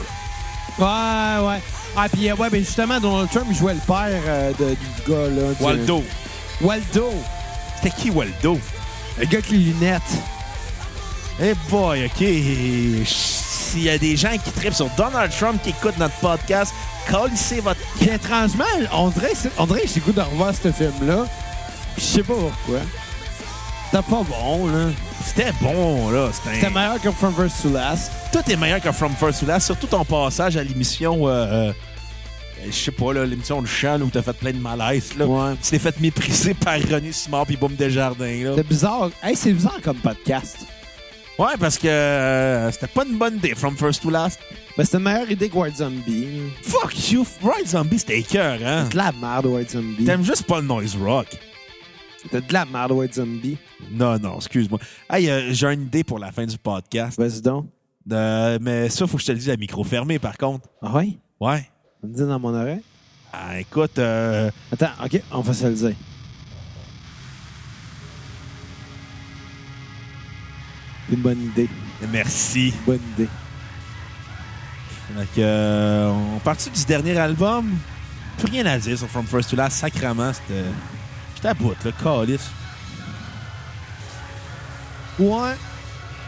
[SPEAKER 1] Ouais, ouais. Ah, puis euh, ouais, mais justement, Donald Trump jouait le père euh, de- du gars, là. du-
[SPEAKER 2] Waldo.
[SPEAKER 1] Waldo.
[SPEAKER 2] C'était qui Waldo?
[SPEAKER 1] Le gars avec les lunettes.
[SPEAKER 2] Eh boy, OK. S'il y a des gens qui tripent sur Donald Trump qui écoutent notre podcast, collissez votre...
[SPEAKER 1] Puis étrangement, on dirait, c'est- on dirait que j'ai le goût de revoir ce film-là. Puis je sais pas pourquoi. C'était pas bon, là.
[SPEAKER 2] C'était bon, là.
[SPEAKER 1] C'était meilleur que From First to Last.
[SPEAKER 2] Tout est meilleur que From First to Last, surtout ton passage à l'émission... euh, euh, je sais pas, là, l'émission du chant là, où t'as fait plein de malaise. Là.
[SPEAKER 1] Ouais.
[SPEAKER 2] Tu t'es fait mépriser par René Simard puis Boum Desjardins. Là.
[SPEAKER 1] C'est bizarre. Hey, c'est bizarre comme podcast.
[SPEAKER 2] Ouais, parce que euh, c'était pas une bonne idée, From First to Last.
[SPEAKER 1] Mais c'était Ben, une meilleure idée que White Zombie.
[SPEAKER 2] Fuck you! Roy Zombie, c'était écœur, hein?
[SPEAKER 1] C'était de la merde, White Zombie.
[SPEAKER 2] T'aimes juste pas le noise rock.
[SPEAKER 1] C'était de la merde, White Zombie.
[SPEAKER 2] Non, non, excuse-moi. Hey, euh, j'ai une idée pour la fin du podcast.
[SPEAKER 1] Vas-y donc.
[SPEAKER 2] Euh, mais ça, faut que je te le dise à micro fermé, par contre.
[SPEAKER 1] Ah ouais?
[SPEAKER 2] Ouais.
[SPEAKER 1] On me dit dans mon oreille?
[SPEAKER 2] Ah, écoute, euh,
[SPEAKER 1] Attends, OK, on va se le dire. Une bonne idée.
[SPEAKER 2] merci.
[SPEAKER 1] Bonne idée.
[SPEAKER 2] Fait que, euh, on part-tu du dernier album? Plus rien à dire sur From First to Last. Sacrement, c'était... J'étais à bout, le calice.
[SPEAKER 1] Ouais,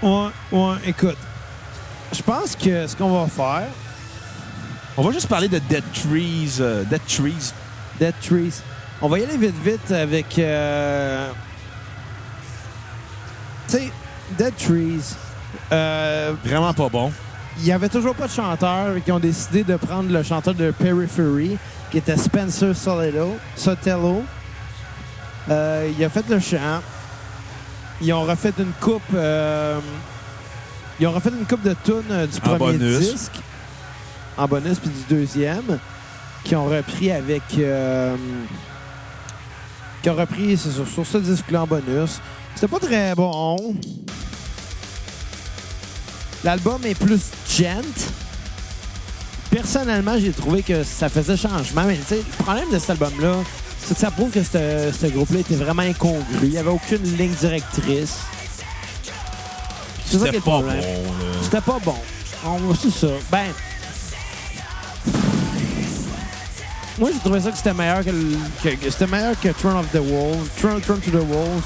[SPEAKER 1] ouais, ouais. Écoute, je pense que ce qu'on va faire,
[SPEAKER 2] On va juste parler de Dead Trees. euh, Dead Trees.
[SPEAKER 1] Dead Trees, on va y aller vite, vite avec. euh, Tu sais, Dead Trees, euh,
[SPEAKER 2] Vraiment pas bon.
[SPEAKER 1] il n'y avait toujours pas de chanteur qui ont décidé de prendre le chanteur de Periphery, qui était Spencer Sotello. Sotello. Euh, il a fait le chant. Ils ont refait une coupe. euh, ils ont refait une coupe de tunes euh, du
[SPEAKER 2] En
[SPEAKER 1] premier
[SPEAKER 2] bonus.
[SPEAKER 1] disque. En bonus puis du deuxième. Qui ont repris avec. euh, qui ont repris c'est sur, sur ce disque-là en bonus. C'était pas très bon. L'album est plus gent. Personnellement, j'ai trouvé que ça faisait changement, mais tu sais, le problème de cet album-là, c'est que ça prouve que ce ce groupe-là était vraiment incongru. Il n'y avait aucune ligne directrice. C'est ça qui est
[SPEAKER 2] C'était
[SPEAKER 1] le
[SPEAKER 2] pas bon,
[SPEAKER 1] problème.
[SPEAKER 2] là.
[SPEAKER 1] C'était pas bon. On, c'est ça. Ben. Moi, j'ai trouvé ça que c'était meilleur que, le- que- que c'était meilleur que Turn of the Wolves, Turn, Turn to the Wolves,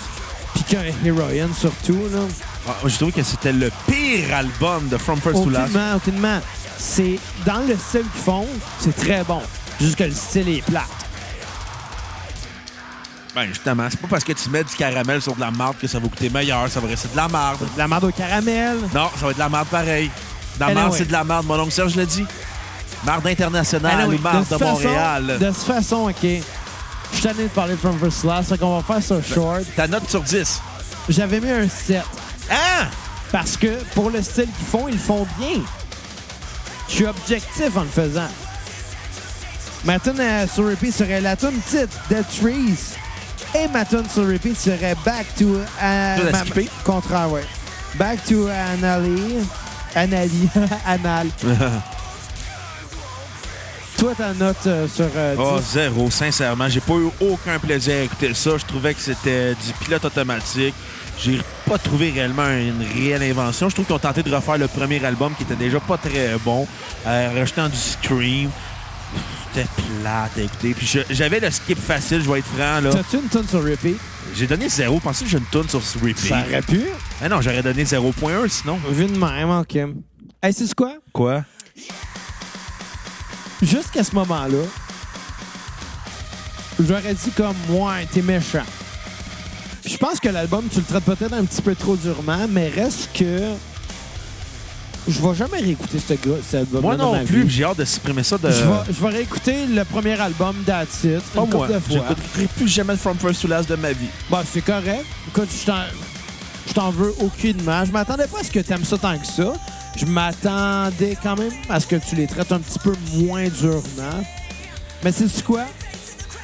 [SPEAKER 1] puis que Heroine surtout, là.
[SPEAKER 2] Ah, J'ai trouvé que c'était le pire album de From First to Last.
[SPEAKER 1] Aucunement, aucunement. C'est dans le style qu'ils font, c'est très bon. Juste que le style est plate.
[SPEAKER 2] Ben justement, c'est pas parce que tu mets du caramel sur de la marde que ça va coûter meilleur, ça va rester de la marde.
[SPEAKER 1] De La merde au caramel.
[SPEAKER 2] Non, ça va être de la marde pareil. De la
[SPEAKER 1] Anyway.
[SPEAKER 2] marde, c'est de la marde. Mon oncle Serge l'a dit. Marde internationale
[SPEAKER 1] Anyway,
[SPEAKER 2] ou marde de,
[SPEAKER 1] toute façon-
[SPEAKER 2] Montréal.
[SPEAKER 1] De toute façon, OK. Je suis tanné de parler de From First Last, fait qu'on va faire ça short.
[SPEAKER 2] Ta note sur 10.
[SPEAKER 1] J'avais mis un 7.
[SPEAKER 2] Hein?
[SPEAKER 1] Parce que pour le style qu'ils font, ils le font bien. Je suis objectif en le faisant. Ma tune euh, sur repeat serait la tune titre The Trees. Et ma tune sur repeat serait Back to... euh,
[SPEAKER 2] Tu l'as
[SPEAKER 1] ma-
[SPEAKER 2] skippé?
[SPEAKER 1] Contraire, ouais. Back to Anali. Anali. Anal. Toi, ta note euh, sur euh,
[SPEAKER 2] Oh,
[SPEAKER 1] 10.
[SPEAKER 2] zéro, sincèrement. J'ai pas eu aucun plaisir à écouter ça. Je trouvais que c'était du pilote automatique. J'ai pas trouvé réellement une réelle invention. Je trouve qu'ils ont tenté de refaire le premier album qui était déjà pas très bon, euh, rajoutant du scream. C'était plate à écouter. Puis je- j'avais le skip facile, je vais être franc. là.
[SPEAKER 1] T'as-tu une tune sur repeat?
[SPEAKER 2] J'ai donné zéro. Pensez que j'ai une tourne sur ce repeat.
[SPEAKER 1] Ça aurait pu.
[SPEAKER 2] Ah non, j'aurais donné 0.1 sinon.
[SPEAKER 1] Vu de même, OK. Hey, c'est quoi?
[SPEAKER 2] Quoi?
[SPEAKER 1] jusqu'à ce moment-là, j'aurais dit comme ouais, t'es méchant. Puis Je pense que l'album, tu le traites peut-être un petit peu trop durement, mais reste que je vais jamais réécouter ce gars, cet album.
[SPEAKER 2] Moi non plus, puis j'ai hâte de supprimer ça de.
[SPEAKER 1] Je vais, je vais réécouter le premier album d'Atit.
[SPEAKER 2] Pas
[SPEAKER 1] une couple
[SPEAKER 2] moi.
[SPEAKER 1] de fois.
[SPEAKER 2] J'écouterai plus jamais de From First to Last de ma vie.
[SPEAKER 1] Bon, c'est correct. Écoute, je t'en, je t'en veux aucunement. Je m'attendais pas à ce que t'aimes ça tant que ça. Je m'attendais quand même à ce que tu les traites un petit peu moins durement. Mais c'est quoi?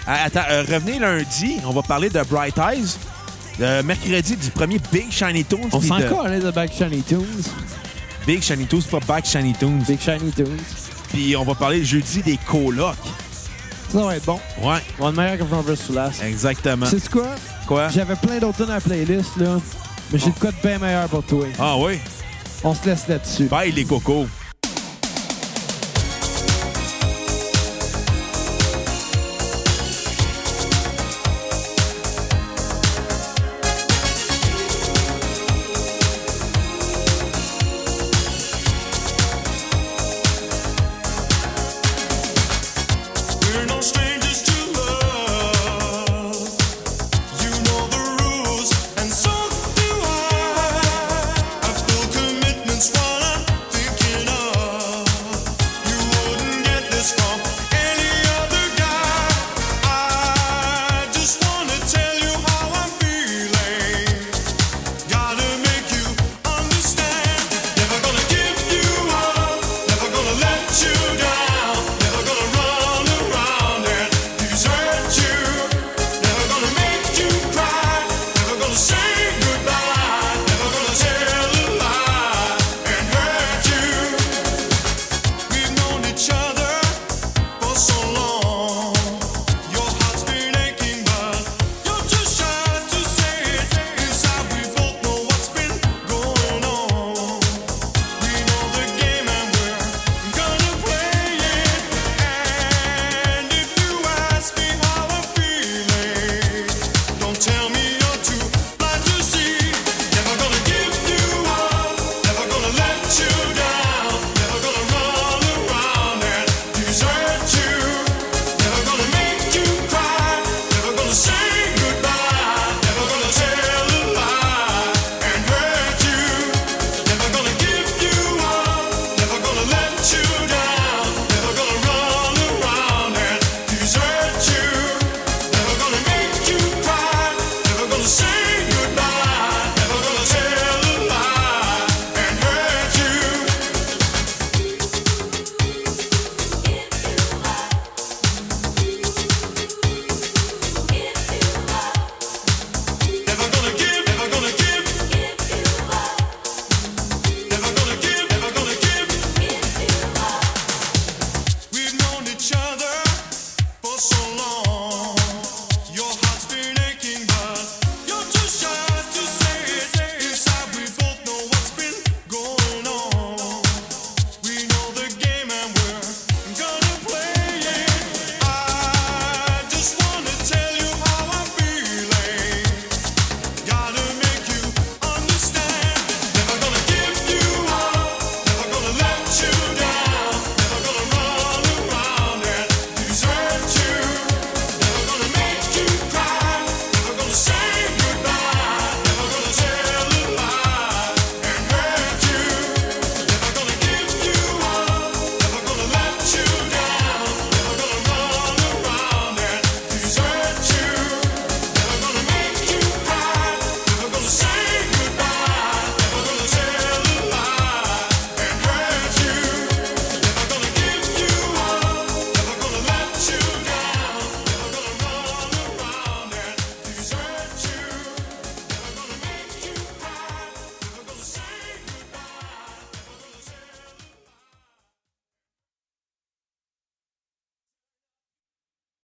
[SPEAKER 2] Ah, attends, euh, revenez lundi, on va parler de Bright Eyes. Le mercredi du premier Big Shiny Tunes.
[SPEAKER 1] On
[SPEAKER 2] puis
[SPEAKER 1] s'en
[SPEAKER 2] de
[SPEAKER 1] colle hein, de Big Shiny Tunes.
[SPEAKER 2] Big Shiny Tunes, pas Back Shiny Tunes.
[SPEAKER 1] Big Shiny Tunes.
[SPEAKER 2] Puis on va parler jeudi des colocs.
[SPEAKER 1] Ça va être bon.
[SPEAKER 2] Ouais,
[SPEAKER 1] On va être meilleur que From First to Last.
[SPEAKER 2] exactement.
[SPEAKER 1] C'est quoi?
[SPEAKER 2] Quoi?
[SPEAKER 1] J'avais plein d'autres tunes à la playlist, là. Mais j'ai de quoi de bien meilleur pour toi.
[SPEAKER 2] Ah oui?
[SPEAKER 1] On se laisse là-dessus.
[SPEAKER 2] Bye les cocos.